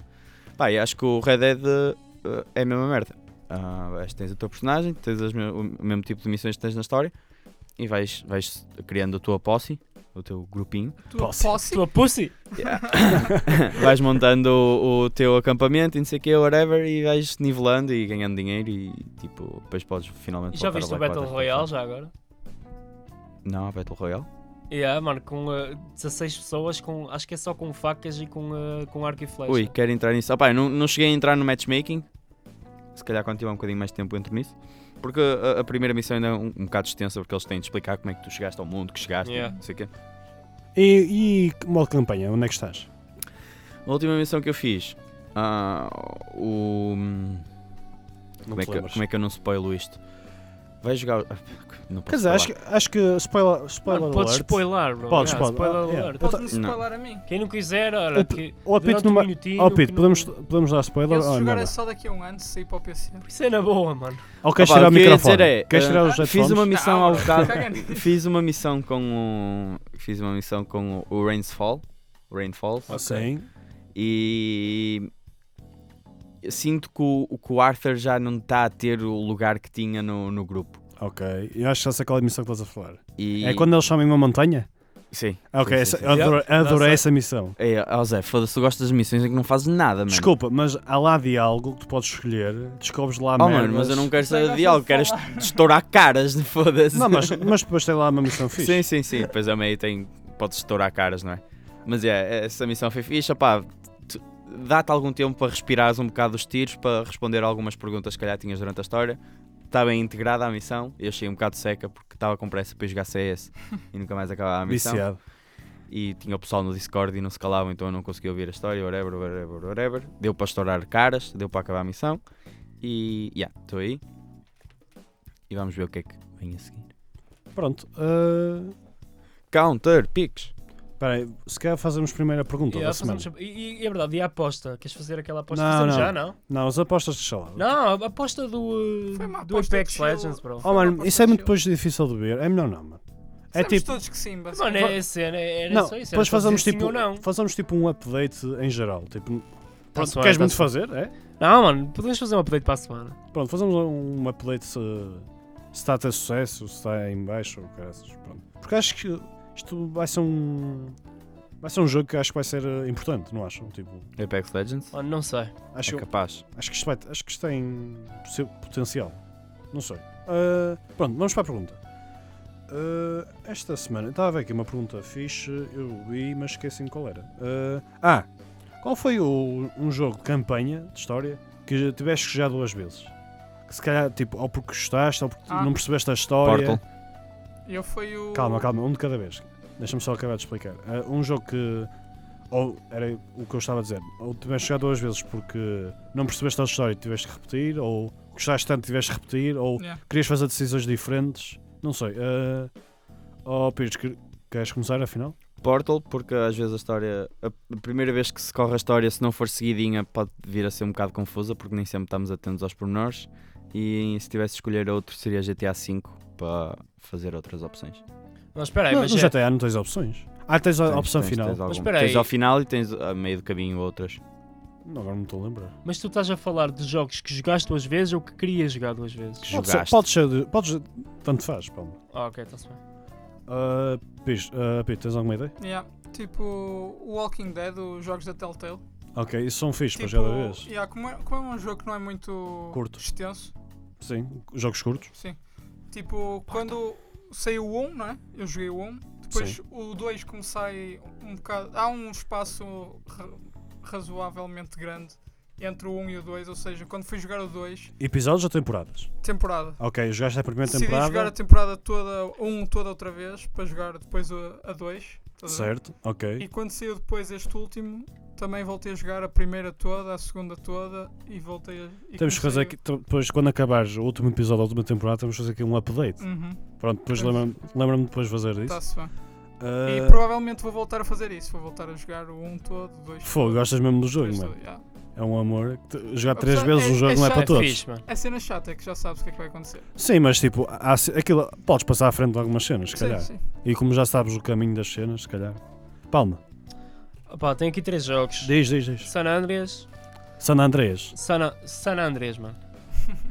[SPEAKER 5] Pá, e acho que o Red Dead eh, é a mesma merda. Ah, vais- tens a tua personagem, tens as me- o mesmo tipo de missões que tens na história e vais, vais criando a tua posse, o teu grupinho.
[SPEAKER 4] tu
[SPEAKER 2] Posse.
[SPEAKER 4] posse?
[SPEAKER 3] Tua pussy!
[SPEAKER 5] (laughs) vais montando o, o teu acampamento e não sei o que, whatever, e vais nivelando e ganhando dinheiro e tipo, depois podes finalmente
[SPEAKER 3] E já
[SPEAKER 5] voltar ao
[SPEAKER 3] viste o
[SPEAKER 5] Black
[SPEAKER 3] Battle
[SPEAKER 5] Ops.
[SPEAKER 3] Royale já agora?
[SPEAKER 5] Não, a Battle Royale.
[SPEAKER 3] Yeah, mano, com eh, 16 pessoas, com, acho que é só com facas e com, eh, com arco e flecha.
[SPEAKER 5] Ui, quero entrar nisso. Opá, eu não, não cheguei a entrar no matchmaking, se calhar quando tiver um bocadinho mais de tempo entro nisso. Porque a, a primeira missão ainda é um, um bocado extensa, porque eles têm de explicar como é que tu chegaste ao mundo, que chegaste,
[SPEAKER 3] Yeah.
[SPEAKER 5] não sei o quê.
[SPEAKER 2] E, e modo de campanha, onde é que estás?
[SPEAKER 5] A última missão que eu fiz, ah, o.
[SPEAKER 2] Não
[SPEAKER 5] como, é
[SPEAKER 2] te
[SPEAKER 5] que,
[SPEAKER 2] lembras.
[SPEAKER 5] como é que eu não spoilo isto? Vai jogar. o- ah, Não posso
[SPEAKER 2] Quer dizer,
[SPEAKER 5] falar.
[SPEAKER 2] acho, que- acho que spoiler, spoiler
[SPEAKER 3] Mano, podes
[SPEAKER 2] alert.
[SPEAKER 3] spoiler, bro.
[SPEAKER 2] Podes,
[SPEAKER 3] Yeah,
[SPEAKER 2] pode-
[SPEAKER 3] spoiler
[SPEAKER 2] ah, yeah.
[SPEAKER 3] alert.
[SPEAKER 2] Eu ta-
[SPEAKER 4] Podes-me
[SPEAKER 5] Não.
[SPEAKER 4] spoiler a mim.
[SPEAKER 3] Quem não quiser, olha,
[SPEAKER 2] Op-
[SPEAKER 3] que
[SPEAKER 2] Ou apito
[SPEAKER 3] durante um
[SPEAKER 2] numa.
[SPEAKER 3] minutinho
[SPEAKER 2] Ó,
[SPEAKER 3] que
[SPEAKER 2] Pito,
[SPEAKER 3] não-
[SPEAKER 2] podemos, podemos dar spoiler?
[SPEAKER 4] Esse
[SPEAKER 2] Oh,
[SPEAKER 4] jogar
[SPEAKER 2] não,
[SPEAKER 4] é
[SPEAKER 2] não.
[SPEAKER 4] só daqui a um ano, se sair para o PC.
[SPEAKER 3] Isso é na boa, mano.
[SPEAKER 2] Ou queres
[SPEAKER 5] Opa,
[SPEAKER 2] tirar
[SPEAKER 5] o
[SPEAKER 2] o
[SPEAKER 5] que eu ia dizer
[SPEAKER 2] microfone?
[SPEAKER 5] é,
[SPEAKER 2] queres
[SPEAKER 5] ah,
[SPEAKER 2] tirar os
[SPEAKER 5] Fiz
[SPEAKER 2] headphones?
[SPEAKER 5] uma missão
[SPEAKER 4] Não,
[SPEAKER 5] ao
[SPEAKER 4] bro,
[SPEAKER 5] bocado.
[SPEAKER 4] caga nisso.
[SPEAKER 5] Fiz uma missão com o. Fiz uma missão com o, o Rainsfall. Rainfalls.
[SPEAKER 2] Sim.
[SPEAKER 5] E. eu Sinto que o, que o Arthur já não está a ter o lugar que tinha no, no grupo.
[SPEAKER 2] Ok. Eu acho que essa é aquela missão que estás a falar.
[SPEAKER 5] E-
[SPEAKER 2] É quando eles chamam uma montanha?
[SPEAKER 5] Sim.
[SPEAKER 2] Ah, Ok,
[SPEAKER 5] sim,
[SPEAKER 2] essa-
[SPEAKER 5] sim,
[SPEAKER 2] eu adorei,
[SPEAKER 3] Yeah,
[SPEAKER 2] adorei
[SPEAKER 3] that's
[SPEAKER 2] essa missão.
[SPEAKER 5] sim. É, ó Zé, foda-se, tu gostas das missões em que não fazes nada, mano.
[SPEAKER 2] Desculpa, mas há lá diálogo que tu podes escolher, descobres lá
[SPEAKER 5] Oh,
[SPEAKER 2] merdas.
[SPEAKER 5] mano, mas eu não quero
[SPEAKER 4] Zé,
[SPEAKER 5] saber de
[SPEAKER 4] gosta é de
[SPEAKER 5] diálogo, quero
[SPEAKER 4] falar.
[SPEAKER 5] est- estourar caras, (laughs) foda-se.
[SPEAKER 2] Não, mas, mas depois tem lá uma missão fixe.
[SPEAKER 5] (laughs) Sim, sim, sim. Depois a meio tem. Podes estourar caras, não é? Mas é, essa missão foi fixe, pá. Dá-te algum tempo para respirares um bocado os tiros, para responder algumas perguntas que calhar tinhas durante a história. Está bem integrada a missão. Eu achei um bocado seca porque estava com pressa para jogar CS e nunca mais acabava a missão.
[SPEAKER 2] Viciado.
[SPEAKER 5] E tinha o pessoal no Discord e não se calavam, então eu não conseguia ouvir a história, whatever, whatever, whatever. Deu para estourar caras, deu para acabar a missão. E, yeah, estou aí. E vamos ver o que é que vem a seguir.
[SPEAKER 2] Pronto. ah,
[SPEAKER 5] Counter, picks.
[SPEAKER 2] Espera aí, se calhar fazemos primeiro a pergunta
[SPEAKER 3] Yeah,
[SPEAKER 2] da semana.
[SPEAKER 3] fazemos- e, e é verdade, e a aposta? Queres fazer aquela aposta?
[SPEAKER 2] Não,
[SPEAKER 3] Fazemos
[SPEAKER 2] não.
[SPEAKER 3] já, não?
[SPEAKER 2] Não, as apostas de salada.
[SPEAKER 3] Não, a aposta do, uh,
[SPEAKER 4] Foi uma
[SPEAKER 3] do
[SPEAKER 4] aposta
[SPEAKER 3] Apex
[SPEAKER 4] de chill.
[SPEAKER 3] Legends, bro.
[SPEAKER 2] Oh, mano, isso é muito depois difícil de ver. É melhor não, mano. É
[SPEAKER 4] Sabemos
[SPEAKER 2] tipo.
[SPEAKER 4] todos que sim,
[SPEAKER 3] Mano,
[SPEAKER 4] basicamente.
[SPEAKER 3] é cena, era
[SPEAKER 2] Não,
[SPEAKER 3] só isso.
[SPEAKER 2] depois
[SPEAKER 3] era só dizer
[SPEAKER 2] fazemos
[SPEAKER 3] sim
[SPEAKER 2] tipo,
[SPEAKER 3] ou não.
[SPEAKER 2] fazemos tipo um update em geral. Tipo,
[SPEAKER 3] Tá
[SPEAKER 2] pronto,
[SPEAKER 3] suave,
[SPEAKER 2] queres
[SPEAKER 3] tá
[SPEAKER 2] muito
[SPEAKER 3] suave.
[SPEAKER 2] fazer? É?
[SPEAKER 3] Não, mano, podemos fazer um update para a semana.
[SPEAKER 2] Pronto, fazemos um update se, se está a ter sucesso, se está em baixo, ou caraças, pronto. Porque acho que isto vai ser um. Vai ser um jogo que acho que vai ser eh, importante, não acham? Tipo,
[SPEAKER 5] Apex Legends?
[SPEAKER 3] Mano, não sei.
[SPEAKER 2] acho,
[SPEAKER 5] é capaz.
[SPEAKER 2] acho que isto vai, acho que isto tem seu potencial. Não sei. Ah, pronto, vamos para a pergunta. Ah, esta semana, estava a ver aqui uma pergunta fixe, eu vi, mas esqueci-me qual era. ah, ah, qual foi o- um jogo de campanha, de história, que tiveste que já duas vezes? Que se calhar, tipo, ou porque gostaste, ou porque
[SPEAKER 4] Ah.
[SPEAKER 2] não percebeste a história.
[SPEAKER 5] Portal.
[SPEAKER 4] Eu fui o.
[SPEAKER 2] Calma, calma, um de cada vez. Deixa-me só acabar de explicar. Ah, um jogo que. Ou era o que eu estava a dizer, ou tiveste jogado duas vezes porque não percebeste a história e tiveste que repetir, ou gostaste tanto e tiveste que repetir, ou
[SPEAKER 4] Yeah.
[SPEAKER 2] querias fazer decisões diferentes, não sei. ah, oh Pires, que- queres começar afinal?
[SPEAKER 5] Portal, porque às vezes a história. A a primeira vez que se corre a história, se não for seguidinha, pode vir a ser um bocado confusa, porque nem sempre estamos atentos aos pormenores. E se tivesse de escolher outro, seria GTA V para fazer outras opções.
[SPEAKER 3] Mas espera aí,
[SPEAKER 2] não,
[SPEAKER 3] mas
[SPEAKER 2] no
[SPEAKER 3] é-
[SPEAKER 2] GTA não tens opções. Ah, tens a
[SPEAKER 5] Tens-
[SPEAKER 2] opção
[SPEAKER 5] tens-
[SPEAKER 2] final.
[SPEAKER 5] Tens, alguma.
[SPEAKER 3] espera
[SPEAKER 5] Tens
[SPEAKER 3] aí.
[SPEAKER 5] ao final e tens a meio do caminho outras.
[SPEAKER 2] Não, agora não estou a lembrar.
[SPEAKER 3] Mas tu estás a falar de jogos que jogaste duas vezes ou que querias jogar duas vezes?
[SPEAKER 5] Que
[SPEAKER 2] Pode ser,
[SPEAKER 5] jogaste.
[SPEAKER 2] podes ser de- podes- tanto faz, Palma.
[SPEAKER 3] Ah, ok, está-se bem.
[SPEAKER 2] Ah, Pires, ah, Pires, tens alguma ideia?
[SPEAKER 4] Yeah. Tipo, o Walking Dead, os jogos da Telltale.
[SPEAKER 2] Ok, isso são fixe
[SPEAKER 4] Tipo,
[SPEAKER 2] para cada vez.
[SPEAKER 4] yeah, como, é, como é um jogo que não é muito
[SPEAKER 2] Curto.
[SPEAKER 4] extenso,
[SPEAKER 2] Sim, jogos curtos.
[SPEAKER 4] sim. Tipo, quando
[SPEAKER 2] então.
[SPEAKER 4] saiu o 1, não é? Eu joguei o 1, depois o 2 como sai um bocado. Há um espaço ra- razoavelmente grande entre o 1 e o 2, ou seja, quando fui jogar o 2,
[SPEAKER 2] Episódios ou temporadas?
[SPEAKER 4] temporada.
[SPEAKER 2] Ok, jogaste a primeira
[SPEAKER 4] Decidi jogar a
[SPEAKER 2] temporada.
[SPEAKER 4] temporada toda, um toda outra vez, para jogar depois a a 2. estás a ver?
[SPEAKER 2] Certo, ok.
[SPEAKER 4] E quando saiu depois este último, também voltei a jogar a primeira toda, a segunda toda e voltei a. E
[SPEAKER 2] Então Temos que fazer aqui,
[SPEAKER 4] comecei
[SPEAKER 2] t- depois quando acabares o último episódio da última temporada, temos que fazer aqui um
[SPEAKER 4] o-
[SPEAKER 2] update.
[SPEAKER 4] Uhum,
[SPEAKER 2] Pronto, depois
[SPEAKER 4] Pois.
[SPEAKER 2] lembra-me lembra depois fazer isso.
[SPEAKER 4] tá-se bem.
[SPEAKER 2] Ah,
[SPEAKER 4] Tá. E provavelmente vou voltar a fazer isso. Vou voltar a jogar o 1 todo, o 2
[SPEAKER 2] Fogo, gostas mesmo do jogo, mano. É um amor. T- Jogar três
[SPEAKER 4] Apesar-
[SPEAKER 2] vezes
[SPEAKER 4] é-
[SPEAKER 2] um jogo
[SPEAKER 4] é
[SPEAKER 2] não é
[SPEAKER 4] chato.
[SPEAKER 2] para
[SPEAKER 3] É
[SPEAKER 2] todos.
[SPEAKER 3] fixe, mano.
[SPEAKER 4] A cena chata é que já sabes o que é que vai acontecer.
[SPEAKER 2] Sim, mas tipo, há ce- aquilo, podes passar à frente de algumas cenas, se calhar.
[SPEAKER 4] Sim, sim.
[SPEAKER 2] E como já sabes o caminho das cenas, se calhar. Palma,
[SPEAKER 3] Opa, tenho aqui três jogos.
[SPEAKER 2] diz, diz, diz.
[SPEAKER 3] San Andreas,
[SPEAKER 2] San Andrés.
[SPEAKER 3] San, A- San Andreas, mano.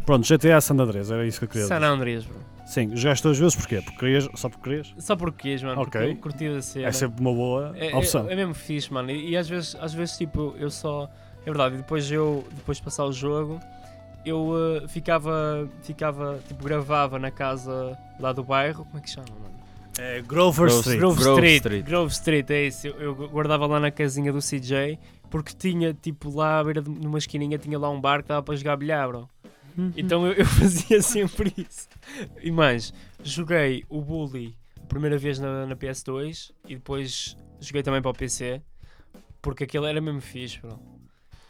[SPEAKER 2] Pronto, GTA San Andrés, era isso que eu queria
[SPEAKER 3] San
[SPEAKER 2] dizer.
[SPEAKER 3] Andreas, bro.
[SPEAKER 2] Sim, jogaste duas vezes porquê? Porque querias, só porque querias?
[SPEAKER 3] Só porque quis, mano.
[SPEAKER 2] Ok.
[SPEAKER 3] Porque eu curti a cena.
[SPEAKER 2] É sempre uma boa
[SPEAKER 3] É- é-
[SPEAKER 2] opção.
[SPEAKER 3] É, mesmo fixe, mano. E, e às, vezes, às vezes, tipo, eu só. É verdade, depois eu. Depois de passar o jogo, eu eh, ficava. Ficava. Tipo, gravava na casa lá do bairro. Como é que chama, mano?
[SPEAKER 2] É Grover
[SPEAKER 5] Grover
[SPEAKER 2] Street.
[SPEAKER 3] Grove,
[SPEAKER 5] Grove
[SPEAKER 3] Street,
[SPEAKER 5] Street.
[SPEAKER 3] Grove Street, é isso. Eu, eu guardava lá na casinha do CJ porque tinha, tipo, lá à beira de numa esquininha, tinha lá um bar que dava para jogar bilhar, bro. Então eu, (laughs) eu fazia sempre isso. E mais, joguei o Bully a primeira vez na, na PS2 e depois joguei também para o PC porque aquele era mesmo fixe, bro.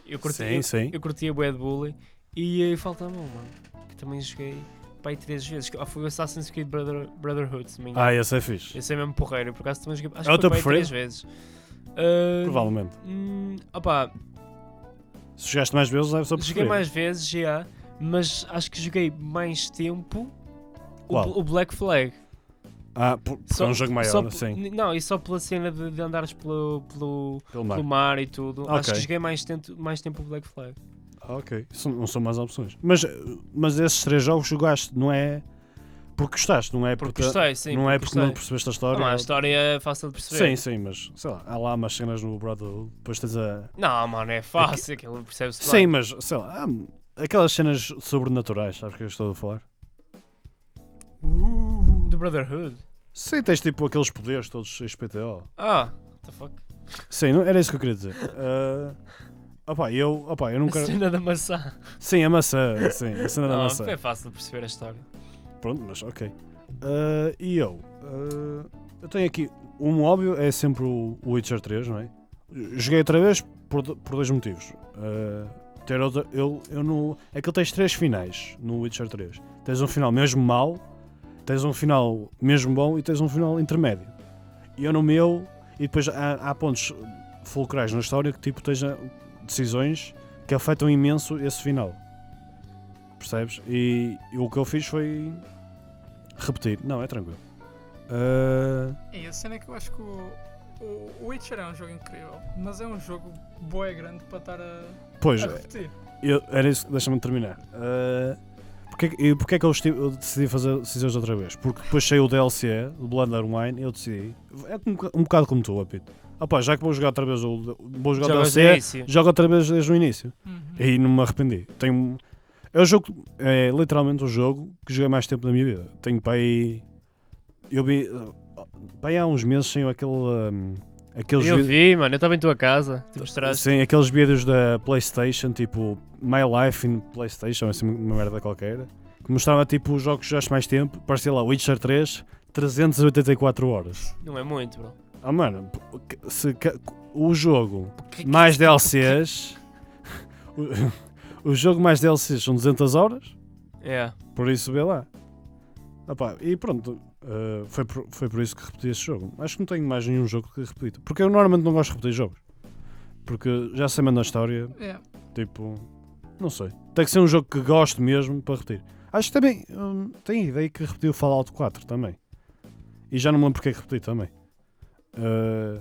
[SPEAKER 3] Eu curti,
[SPEAKER 2] Sim, sim.
[SPEAKER 3] eu curtia bué de Bully e aí faltava um, mano, que também joguei pai três vezes. que- Ah, foi o Assassin's Creed Brother- Brotherhood, se não me engano.
[SPEAKER 2] Ah, esse é fixe.
[SPEAKER 3] Esse é mesmo porreiro, eu por acaso também joguei, acho
[SPEAKER 2] É o
[SPEAKER 3] que
[SPEAKER 2] teu
[SPEAKER 3] foi pai
[SPEAKER 2] preferido?
[SPEAKER 3] três vezes. Ah,
[SPEAKER 2] Provavelmente.
[SPEAKER 3] Hum, opá,
[SPEAKER 2] Se jogaste mais vezes, deve ser
[SPEAKER 3] Joguei
[SPEAKER 2] preferido.
[SPEAKER 3] mais vezes, já, mas acho que joguei mais tempo o,
[SPEAKER 2] Qual?
[SPEAKER 3] Bl- o Black Flag.
[SPEAKER 2] Ah, por- porque é um jogo maior,
[SPEAKER 3] só, p-
[SPEAKER 2] sim.
[SPEAKER 3] n- Não, e só pela cena de, de andares pelo, pelo,
[SPEAKER 2] Pelo
[SPEAKER 3] pelo
[SPEAKER 2] mar.
[SPEAKER 3] mar e tudo. Acho que
[SPEAKER 2] Ok.
[SPEAKER 3] joguei mais, tento, mais tempo o Black Flag.
[SPEAKER 2] Ah, ok. Isso não são mais opções. Mas, mas esses três jogos jogaste, não é porque gostaste, não é porque,
[SPEAKER 3] Porque gostei, sim.
[SPEAKER 2] não, é porque não
[SPEAKER 3] gostei.
[SPEAKER 2] percebeste a
[SPEAKER 3] Ah,
[SPEAKER 2] história.
[SPEAKER 3] mas a história é fácil de
[SPEAKER 2] Sim,
[SPEAKER 3] perceber.
[SPEAKER 2] sim, mas sei lá, há lá umas cenas no Brotherhood, depois tens a.
[SPEAKER 3] Não, mano, é fácil, aquilo percebe-se
[SPEAKER 2] Sim,
[SPEAKER 3] bem.
[SPEAKER 2] mas sei lá, há aquelas cenas sobrenaturais, sabes o que eu estou a falar?
[SPEAKER 3] Do Uh, Brotherhood.
[SPEAKER 2] Sim, tens tipo aqueles poderes todos XPTO.
[SPEAKER 3] Ah, what the fuck?
[SPEAKER 2] Sim, não, era isso que eu queria dizer. Ah, opá, eu, opá, eu nunca.
[SPEAKER 3] A cena da maçã.
[SPEAKER 2] Sim, a maçã, sim, a cena da
[SPEAKER 3] Não,
[SPEAKER 2] maçã.
[SPEAKER 3] Ah, foi fácil de perceber a história.
[SPEAKER 2] Pronto, mas ok. Ah, e eu? Ah, eu tenho aqui. Um óbvio é sempre o Witcher 3, não é? Joguei outra vez por, do- por dois motivos. Ah, ter outra, eu, eu não, é que ele tens três finais no Witcher 3. Tens um final mesmo mau, tens um final mesmo bom e tens um final intermédio. E eu no meu, e depois há, há pontos fulcrais na história que tipo tens ah, decisões que afetam imenso esse final. Percebes? E, e o que eu fiz foi repetir. Não, é tranquilo. Ah,
[SPEAKER 4] E a cena é que eu acho que o, o Witcher é um jogo incrível, mas é um jogo boé grande para estar a,
[SPEAKER 2] pois, é.
[SPEAKER 4] a repetir.
[SPEAKER 2] eu- era isso, deixa-me terminar. Ah, porque, é que- e porque é que eu, esti- eu decidi fazer decisões outra vez? Porque depois saiu o DLC, o Blender Wine, eu decidi. É um, boca- um bocado como tu, Apito. Ah, pá, já que vou jogar outra vez o, vou jogar o
[SPEAKER 3] Jogas no
[SPEAKER 2] DLC,
[SPEAKER 3] início.
[SPEAKER 2] jogo outra vez desde o início.
[SPEAKER 4] Uhum.
[SPEAKER 2] E não me arrependi. Tenho... É o jogo, é literalmente o jogo que joguei mais tempo na minha vida. Tenho para aí. Eu vi. uh, Para aí há uns meses sem aquele. um, aqueles
[SPEAKER 3] Eu
[SPEAKER 2] vi- Tipo,
[SPEAKER 3] vi, mano, eu estava em tua casa. Tipo, Tu mostraste.
[SPEAKER 2] Sim, aqueles vídeos da PlayStation, tipo My Life in PlayStation, assim uma merda qualquer, que mostrava tipo os jogos que jogaste mais tempo, parecia lá Witcher 3, 384 horas.
[SPEAKER 3] Não é muito, bro.
[SPEAKER 2] Ah, mano, p- que- se ca- o jogo
[SPEAKER 3] Porque-
[SPEAKER 2] mais DLCs. (laughs) o, o jogo mais DLCs são 200 horas,
[SPEAKER 3] É.
[SPEAKER 2] por isso vê lá. Opá, e pronto, eh, foi, por, foi por isso que repeti este jogo. Acho que não tenho mais nenhum jogo que repita. Porque eu normalmente não gosto de repetir jogos. Porque já sei mesmo a história,
[SPEAKER 4] É.
[SPEAKER 2] tipo, não sei. Tem que ser um jogo que gosto mesmo para repetir. Acho que também hum, tenho a ideia que repeti o Fallout 4 também. E já não me lembro porque é que repeti também. Eh,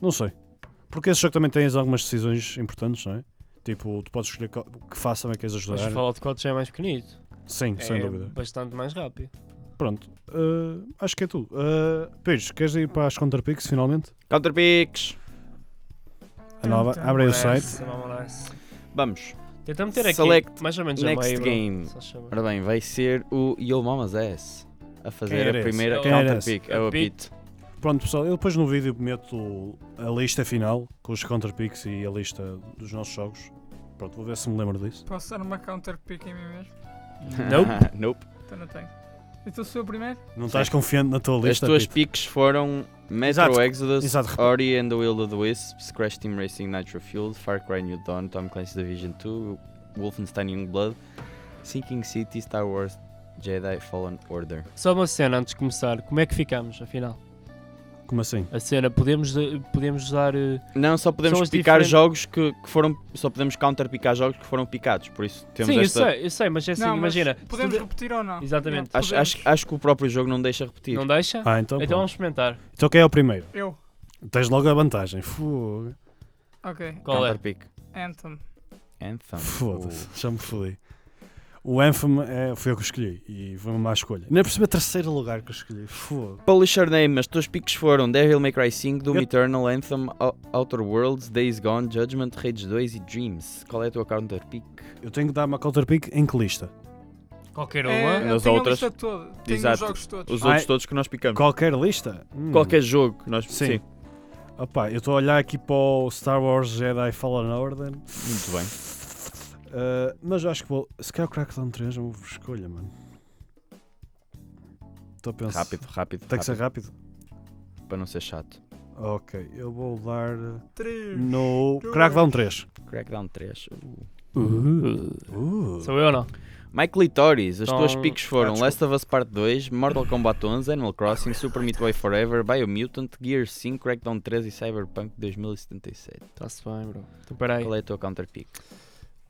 [SPEAKER 2] não sei. Porque esse jogo também tens algumas decisões importantes, não é? Tipo, tu podes escolher qual- que faça bem queres
[SPEAKER 3] Mas o
[SPEAKER 2] ajudar.
[SPEAKER 3] Fallout 4 já é mais pequenito.
[SPEAKER 2] Sim, sem
[SPEAKER 3] é
[SPEAKER 2] dúvida.
[SPEAKER 3] bastante mais rápido.
[SPEAKER 2] Pronto. Eh, acho que é tudo. Uh, Pires, queres ir para as Contrapix finalmente?
[SPEAKER 5] Counterpicks!
[SPEAKER 2] A nova. Abre aí o site.
[SPEAKER 5] Vamos.
[SPEAKER 3] Tenta meter aqui
[SPEAKER 5] Select
[SPEAKER 3] mais ou menos a
[SPEAKER 5] next
[SPEAKER 3] meio, bro.
[SPEAKER 5] game.
[SPEAKER 3] Só chama.
[SPEAKER 5] Ora bem, vai ser o Yo Mama's Ass a
[SPEAKER 2] Quem
[SPEAKER 5] fazer
[SPEAKER 2] era
[SPEAKER 5] a primeira
[SPEAKER 3] esse? Quem
[SPEAKER 2] era
[SPEAKER 5] Counterpick.
[SPEAKER 3] esse?
[SPEAKER 5] É o
[SPEAKER 3] Apito.
[SPEAKER 5] apito.
[SPEAKER 2] Pronto, pessoal, eu depois no vídeo meto a lista final com os Contrapix e a lista dos nossos jogos. Pronto, vou ver se me lembro disso.
[SPEAKER 4] Posso dar uma counter pick em mim mesmo?
[SPEAKER 3] Nope.
[SPEAKER 5] (laughs) nope.
[SPEAKER 4] Então não tenho. Então sou eu primeiro?
[SPEAKER 2] Não estás confiante na tua
[SPEAKER 5] As
[SPEAKER 2] lista?
[SPEAKER 5] tuas
[SPEAKER 2] Pito?
[SPEAKER 5] picks foram Metro
[SPEAKER 2] Exato.
[SPEAKER 5] Exodus,
[SPEAKER 2] Exato, rep-
[SPEAKER 5] Ori and the Will of the Wisps, Crash Team Racing Nitro Fueled, Far Cry New Dawn, Tom Clancy's Division 2, Wolfenstein Youngblood, Sinking City, Star Wars Jedi Fallen Order.
[SPEAKER 3] Só uma cena antes de começar. Como é que ficamos, afinal?
[SPEAKER 2] Como assim?
[SPEAKER 3] A cena, podemos, eh, podemos usar. eh,
[SPEAKER 5] Não, só podemos
[SPEAKER 3] São as
[SPEAKER 5] picar
[SPEAKER 3] diferentes-
[SPEAKER 5] jogos que, que foram. Só podemos counter-picar jogos que foram picados, por isso temos
[SPEAKER 3] Sim,
[SPEAKER 5] esta.
[SPEAKER 3] eu sei, eu sei, mas é assim,
[SPEAKER 4] não, mas
[SPEAKER 3] imagina. se
[SPEAKER 4] Podemos
[SPEAKER 3] tu de-
[SPEAKER 4] repetir ou não?
[SPEAKER 3] Exatamente.
[SPEAKER 4] Não,
[SPEAKER 5] Acho, acho,
[SPEAKER 4] podemos.
[SPEAKER 5] acho que o próprio jogo não deixa repetir.
[SPEAKER 3] Não deixa?
[SPEAKER 2] Ah, então.
[SPEAKER 3] então
[SPEAKER 2] Então,
[SPEAKER 3] vamos experimentar.
[SPEAKER 2] então quem é o primeiro?
[SPEAKER 4] Eu.
[SPEAKER 2] Tens logo a vantagem. Fogo.
[SPEAKER 4] Ok.
[SPEAKER 3] Qual é?
[SPEAKER 5] Counterpick.
[SPEAKER 4] Anthem.
[SPEAKER 5] Anthem.
[SPEAKER 2] Foda-se, já me fodi. O Anthem é, foi eu que escolhi e foi uma má escolha. Nem percebi o terceiro lugar que eu escolhi. Fogo.
[SPEAKER 5] Publisher name, as tuas picks foram Devil May Cry 5, Doom
[SPEAKER 2] Eu-
[SPEAKER 5] Eternal, Anthem, O- Outer Worlds, Days Gone, Judgment, Rage 2 e Dreams. Qual é a tua counter pick?
[SPEAKER 2] Eu tenho que dar uma counterpick em que lista?
[SPEAKER 3] Qualquer uma.
[SPEAKER 4] É, eu
[SPEAKER 5] Nas
[SPEAKER 4] tenho
[SPEAKER 5] outras-
[SPEAKER 4] a lista toda. Tenho
[SPEAKER 5] Exato.
[SPEAKER 4] os jogos todos.
[SPEAKER 5] Os
[SPEAKER 2] Ai.
[SPEAKER 5] outros todos que nós picamos.
[SPEAKER 2] Qualquer lista? Hum.
[SPEAKER 5] Qualquer jogo que nós
[SPEAKER 2] Sim. Opá, eu estou a olhar aqui para o Star Wars Jedi Fallen Order.
[SPEAKER 5] Muito bem.
[SPEAKER 2] Uh, mas acho que vou. Se calhar o Crackdown 3 é uma boa escolha, mano. Estou a pensar.
[SPEAKER 5] Rápido, rápido.
[SPEAKER 2] então Tem que ser
[SPEAKER 5] rápido,
[SPEAKER 2] rápido.
[SPEAKER 5] Para não ser chato.
[SPEAKER 2] Ok, eu vou dar uh,
[SPEAKER 4] 3.
[SPEAKER 2] no
[SPEAKER 4] dois.
[SPEAKER 2] Crackdown 3.
[SPEAKER 5] Crackdown 3. Uh.
[SPEAKER 2] Uh,
[SPEAKER 3] Sou eu ou não?
[SPEAKER 5] Mike Litoris, as
[SPEAKER 3] Então-
[SPEAKER 5] tuas picks foram
[SPEAKER 2] Ah, desculpa.
[SPEAKER 5] Last of Us Part 2, Mortal Kombat 11, Animal Crossing, Super Meat Boy Forever, Biomutant, Gears 5, Crackdown 3 e Cyberpunk 2077.
[SPEAKER 3] Está-se bem, bro. Então peraí.
[SPEAKER 5] Qual é a tua counter pick?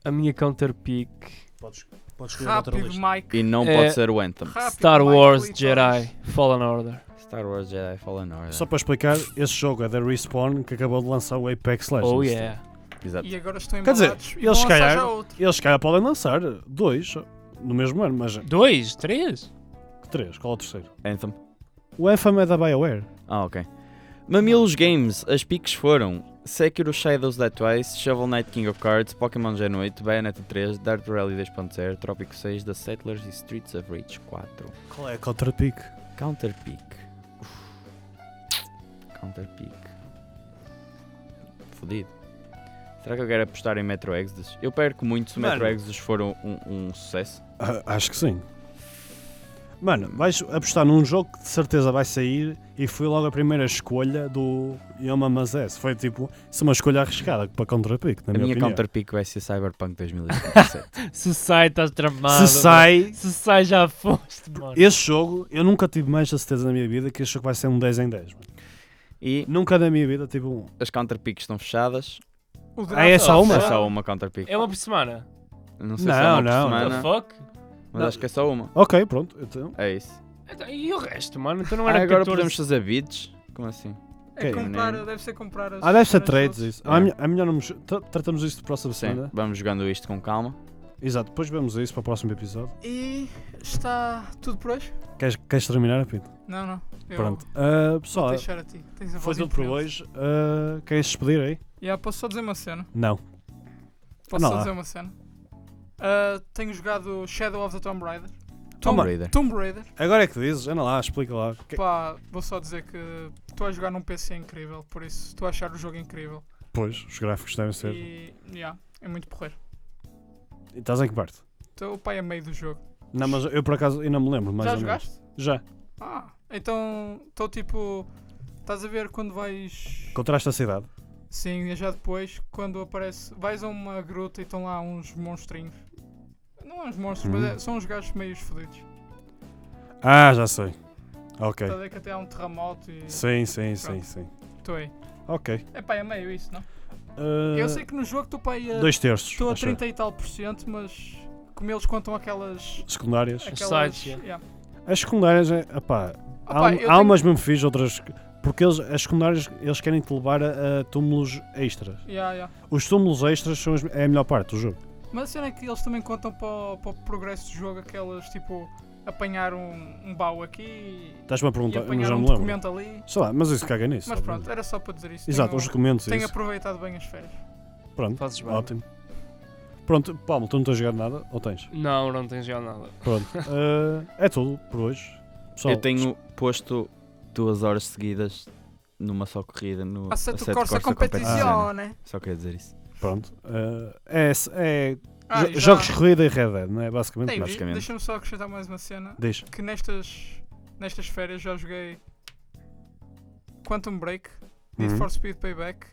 [SPEAKER 3] A minha counter pick.
[SPEAKER 2] podes, podes escolher outra
[SPEAKER 4] Rápido,
[SPEAKER 2] lista.
[SPEAKER 4] Mike.
[SPEAKER 5] E não
[SPEAKER 3] É-
[SPEAKER 5] pode ser o Anthem.
[SPEAKER 4] Rápido,
[SPEAKER 3] Star
[SPEAKER 4] Mike
[SPEAKER 3] Wars
[SPEAKER 4] Clitoris.
[SPEAKER 3] Jedi Fallen Order.
[SPEAKER 5] Star Wars Jedi Fallen Order.
[SPEAKER 2] Eh, Só para explicar, esse jogo é da Respawn que acabou de lançar o Apex Legends.
[SPEAKER 3] Oh yeah.
[SPEAKER 5] Exato.
[SPEAKER 4] E agora estão
[SPEAKER 2] Quer dizer,
[SPEAKER 4] embalados e
[SPEAKER 2] eles
[SPEAKER 4] vão lançar
[SPEAKER 2] calhar-
[SPEAKER 4] já outro.
[SPEAKER 2] Eles se calhar podem lançar dois no mesmo ano, mas
[SPEAKER 3] Dois? Três?
[SPEAKER 2] três, qual é o terceiro?
[SPEAKER 5] Anthem.
[SPEAKER 2] O Anthem é da BioWare.
[SPEAKER 5] Ah, ok. Mamilos Games, as picks foram Sekiro Shadows Die Twice, Shovel Knight King of Cards, Pokémon Gen 8, Bayonetta 3, Dart Rally 2.0, Trópico 6, The Settlers e Streets of Rage 4.
[SPEAKER 2] Qual é a Counter Pick?
[SPEAKER 5] Counter pick. Counter pick. Fodido. Será que eu quero apostar em Metro Exodus? Eu perco muito se o Metro
[SPEAKER 2] Mano.
[SPEAKER 5] Exodus for um, um- um sucesso.
[SPEAKER 2] Ah, acho que sim. Mano, vais apostar num jogo que de certeza vai sair e foi logo a primeira escolha do Yoma Mazes. Foi tipo, se uma escolha arriscada para Counter Pick, na
[SPEAKER 5] A minha
[SPEAKER 2] opinião.
[SPEAKER 5] counter pick vai ser Cyberpunk 2077.
[SPEAKER 3] Se sai, estás tá tramado.
[SPEAKER 2] Se sai,
[SPEAKER 3] bro. Se sai, já foste, mano.
[SPEAKER 2] esse jogo, eu nunca tive mais a certeza na minha vida que este jogo vai ser um 10 em 10. mano.
[SPEAKER 5] e
[SPEAKER 2] Nunca na minha vida tive um.
[SPEAKER 5] as counter picks estão fechadas.
[SPEAKER 4] O
[SPEAKER 2] Ah, é só uma?
[SPEAKER 5] É só uma counter pick.
[SPEAKER 3] É uma por semana.
[SPEAKER 5] Não sei se é
[SPEAKER 2] Não,
[SPEAKER 5] uma
[SPEAKER 2] não,
[SPEAKER 5] por
[SPEAKER 3] What
[SPEAKER 5] semana,
[SPEAKER 3] the fuck?
[SPEAKER 5] mas acho que é só uma.
[SPEAKER 2] Ok, pronto. Então,
[SPEAKER 5] É isso.
[SPEAKER 3] Então, E o resto, mano? Então não
[SPEAKER 5] Ah,
[SPEAKER 3] era
[SPEAKER 5] agora
[SPEAKER 3] 14.
[SPEAKER 5] podemos fazer bids? Como assim?
[SPEAKER 4] É
[SPEAKER 2] Ok.
[SPEAKER 4] comprar,
[SPEAKER 5] Nem-
[SPEAKER 4] deve ser comprar as
[SPEAKER 2] ah, deve ser
[SPEAKER 4] as
[SPEAKER 2] trades
[SPEAKER 4] outras.
[SPEAKER 2] isso. Ah, é melhor- é melhor não nos- tra- Tratamos isso de próxima
[SPEAKER 5] Sim,
[SPEAKER 2] semana.
[SPEAKER 5] vamos jogando isto com calma.
[SPEAKER 2] Exato, depois vemos isso para o próximo episódio.
[SPEAKER 4] E está tudo por hoje?
[SPEAKER 2] Queres, queres terminar, Pito?
[SPEAKER 4] Não, não. Eu
[SPEAKER 2] Pronto. Ah, pessoal,
[SPEAKER 4] Vou deixar a ti. Tens
[SPEAKER 2] foi
[SPEAKER 4] a voz
[SPEAKER 2] tudo por
[SPEAKER 4] imponente.
[SPEAKER 2] hoje. Ah, queres despedir aí?
[SPEAKER 4] Yeah, posso só dizer uma cena?
[SPEAKER 2] Não.
[SPEAKER 4] Posso
[SPEAKER 2] Não
[SPEAKER 4] só
[SPEAKER 2] lá.
[SPEAKER 4] dizer uma cena? Ah, tenho jogado Shadow of the Tomb Raider.
[SPEAKER 5] Tomb
[SPEAKER 2] Toma.
[SPEAKER 5] Raider.
[SPEAKER 4] Tomb Raider.
[SPEAKER 2] Agora é que dizes, anda lá, explica lá. Que-
[SPEAKER 4] Pá, vou só dizer que estou a jogar num PC incrível, por isso estou a achar o jogo incrível.
[SPEAKER 2] Pois, os gráficos devem ser.
[SPEAKER 4] E yeah, é muito porreiro.
[SPEAKER 2] E Estás em que parte?
[SPEAKER 4] Então o pai é meio do jogo.
[SPEAKER 2] Não, mas eu por acaso ainda me lembro. Mais
[SPEAKER 4] Já
[SPEAKER 2] ou menos.
[SPEAKER 4] jogaste?
[SPEAKER 2] Já.
[SPEAKER 4] Ah, então estou tipo. Estás a ver quando vais.
[SPEAKER 2] Contraste a cidade.
[SPEAKER 4] Sim, é já depois, quando aparece. Vais a uma gruta e estão lá uns monstrinhos. Não é uns monstros, mas
[SPEAKER 2] Hum.
[SPEAKER 4] é- são uns gajos meio fodidos.
[SPEAKER 2] Ah, já sei. Ok.
[SPEAKER 4] Estás a ver que até há um terremoto e.
[SPEAKER 2] Sim, sim, sim,
[SPEAKER 4] Pronto.
[SPEAKER 2] sim.
[SPEAKER 4] Estou aí.
[SPEAKER 2] Ok.
[SPEAKER 4] É pá, é meio isso, não?
[SPEAKER 2] Ah,
[SPEAKER 4] Eu sei que no jogo estou para aí a.
[SPEAKER 2] Dois terços.
[SPEAKER 4] Estou a
[SPEAKER 2] acho eu.
[SPEAKER 4] 30 e tal por cento, mas como eles contam aquelas.
[SPEAKER 2] Secundárias.
[SPEAKER 4] aquelas
[SPEAKER 3] sites, yeah.
[SPEAKER 4] yeah.
[SPEAKER 2] As secundárias, é, epá,
[SPEAKER 4] Ah,
[SPEAKER 2] há, um-
[SPEAKER 4] pá,
[SPEAKER 2] há
[SPEAKER 4] eu tenho-
[SPEAKER 2] umas mesmo fixe, outras. que- Porque eles, as secundárias eles querem te levar a, a túmulos extras.
[SPEAKER 4] Yeah, yeah.
[SPEAKER 2] Os túmulos extras são as- é a melhor parte do jogo.
[SPEAKER 4] Mas a cena é que eles também contam para o, para o progresso do jogo aquelas tipo apanhar um, um baú aqui e-
[SPEAKER 2] Estás-me a
[SPEAKER 4] e
[SPEAKER 2] perguntar, mas
[SPEAKER 4] apanhar
[SPEAKER 2] Tá, já
[SPEAKER 4] um
[SPEAKER 2] me lembro.
[SPEAKER 4] documento ali.
[SPEAKER 2] Sei lá, mas isso caga nisso.
[SPEAKER 4] Mas
[SPEAKER 2] sabe?
[SPEAKER 4] pronto, era só para dizer isso.
[SPEAKER 2] Exato,
[SPEAKER 4] tenho,
[SPEAKER 2] os documentos.
[SPEAKER 4] tenho
[SPEAKER 2] Isso.
[SPEAKER 4] aproveitado bem as férias.
[SPEAKER 2] Pronto,
[SPEAKER 3] Fazes bem.
[SPEAKER 2] ótimo. Pronto, Paulo, tu não tens jogado nada? Ou tens?
[SPEAKER 3] Não, não tens já nada.
[SPEAKER 4] (laughs)
[SPEAKER 2] Pronto. eh, é tudo por hoje. Pessoal,
[SPEAKER 5] Eu tenho posto duas horas seguidas numa só corrida no
[SPEAKER 4] Aceito
[SPEAKER 5] Assetto
[SPEAKER 4] Corsa
[SPEAKER 5] Competizione.
[SPEAKER 4] competição, né?
[SPEAKER 5] Só queria dizer isso.
[SPEAKER 2] Pronto. eh, é é
[SPEAKER 4] Ah,
[SPEAKER 2] jo-
[SPEAKER 4] e já-
[SPEAKER 2] jogos de corrida e Red Dead, não é? Basicamente.
[SPEAKER 4] Ei,
[SPEAKER 2] mas-
[SPEAKER 5] basicamente.
[SPEAKER 4] Deixa-me só acrescentar mais uma cena.
[SPEAKER 2] Deixa.
[SPEAKER 4] que nestas, nestas férias já joguei Quantum Break, Need
[SPEAKER 2] Uhum.
[SPEAKER 4] for Speed Payback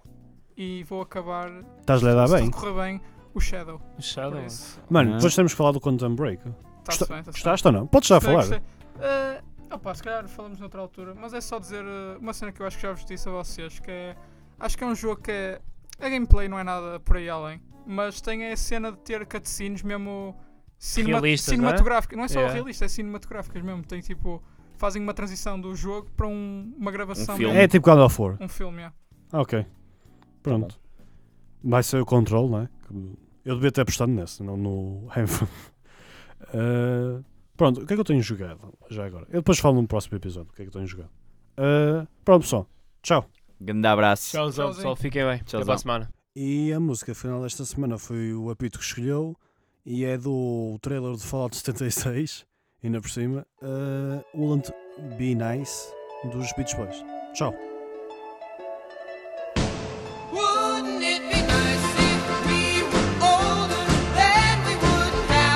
[SPEAKER 4] e vou acabar,
[SPEAKER 2] Estás-lhe a dar
[SPEAKER 4] se
[SPEAKER 2] Tá bem?
[SPEAKER 4] tudo correr bem, o Shadow.
[SPEAKER 3] O
[SPEAKER 4] Por
[SPEAKER 3] Shadow.
[SPEAKER 4] isso,
[SPEAKER 2] Mano,
[SPEAKER 5] Ah.
[SPEAKER 2] depois temos que falar do Quantum Break.
[SPEAKER 4] está-se bem, está-se bem.
[SPEAKER 2] Gostaste ou não? Podes já
[SPEAKER 4] Gostei,
[SPEAKER 2] falar.
[SPEAKER 4] gostei. é Eh, opa, se calhar falamos noutra altura, mas é só dizer eh, uma cena que eu acho que já vos disse a vocês, que é, acho que é um jogo que é, a gameplay não é nada por aí além, mas tem a cena de ter cutscenes mesmo cinema,
[SPEAKER 3] Realistas, não é?
[SPEAKER 4] cinematográficas, não é, só
[SPEAKER 3] Yeah.
[SPEAKER 4] realista, é cinematográficas mesmo, tem tipo, fazem uma transição do jogo para um- uma gravação,
[SPEAKER 5] filme.
[SPEAKER 4] mesmo.
[SPEAKER 2] É tipo God of War.
[SPEAKER 4] um filme, yeah.
[SPEAKER 2] Ah, ok. Pronto. Vai ser o controle, não é? Que- Eu devia ter apostado nesse, não no (laughs) Anthem. Ah, pronto, o que é que eu tenho jogado já agora? Eu depois falo no próximo episódio o que é que eu tenho jogado. Ah, pronto, pessoal. Tchau.
[SPEAKER 5] Grande abraço.
[SPEAKER 3] Tchauzão,
[SPEAKER 4] Tchauzinho.
[SPEAKER 3] pessoal. Fiquem bem. Até para
[SPEAKER 5] Tchauzão.
[SPEAKER 3] a semana.
[SPEAKER 2] E a música final desta semana foi o apito que escolheu e é do trailer de Fallout 76, ainda por cima. Uh, Wouldn't Be Nice dos Beach Boys. Tchau.
[SPEAKER 1] Wouldn't it be nice if we were older? Hey!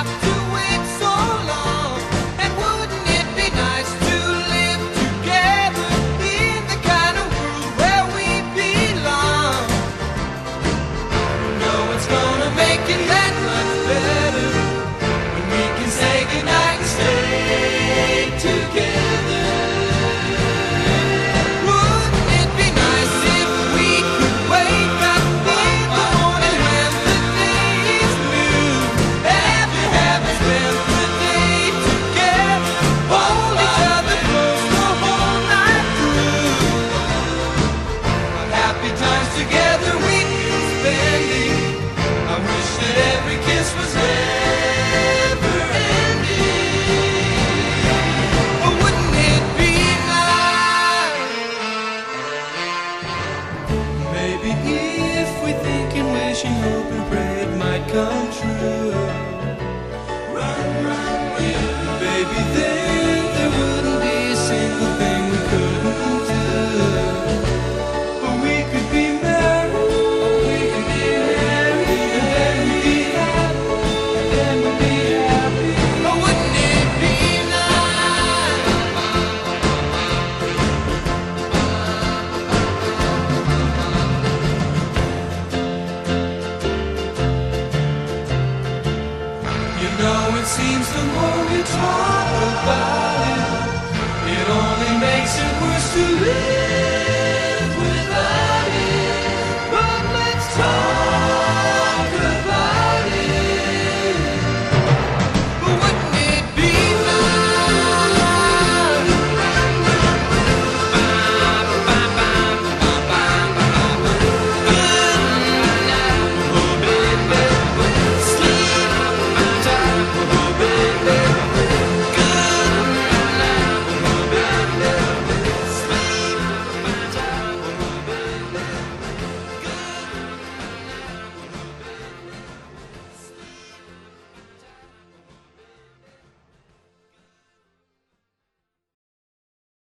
[SPEAKER 1] Maybe then there wouldn't be a single thing we couldn't do. But we could be married, we could be married, and then we'd be happy, and then we'd be happy. Oh, wouldn't it be nice? You know it seems the more we talk about it, it only makes it worse to live.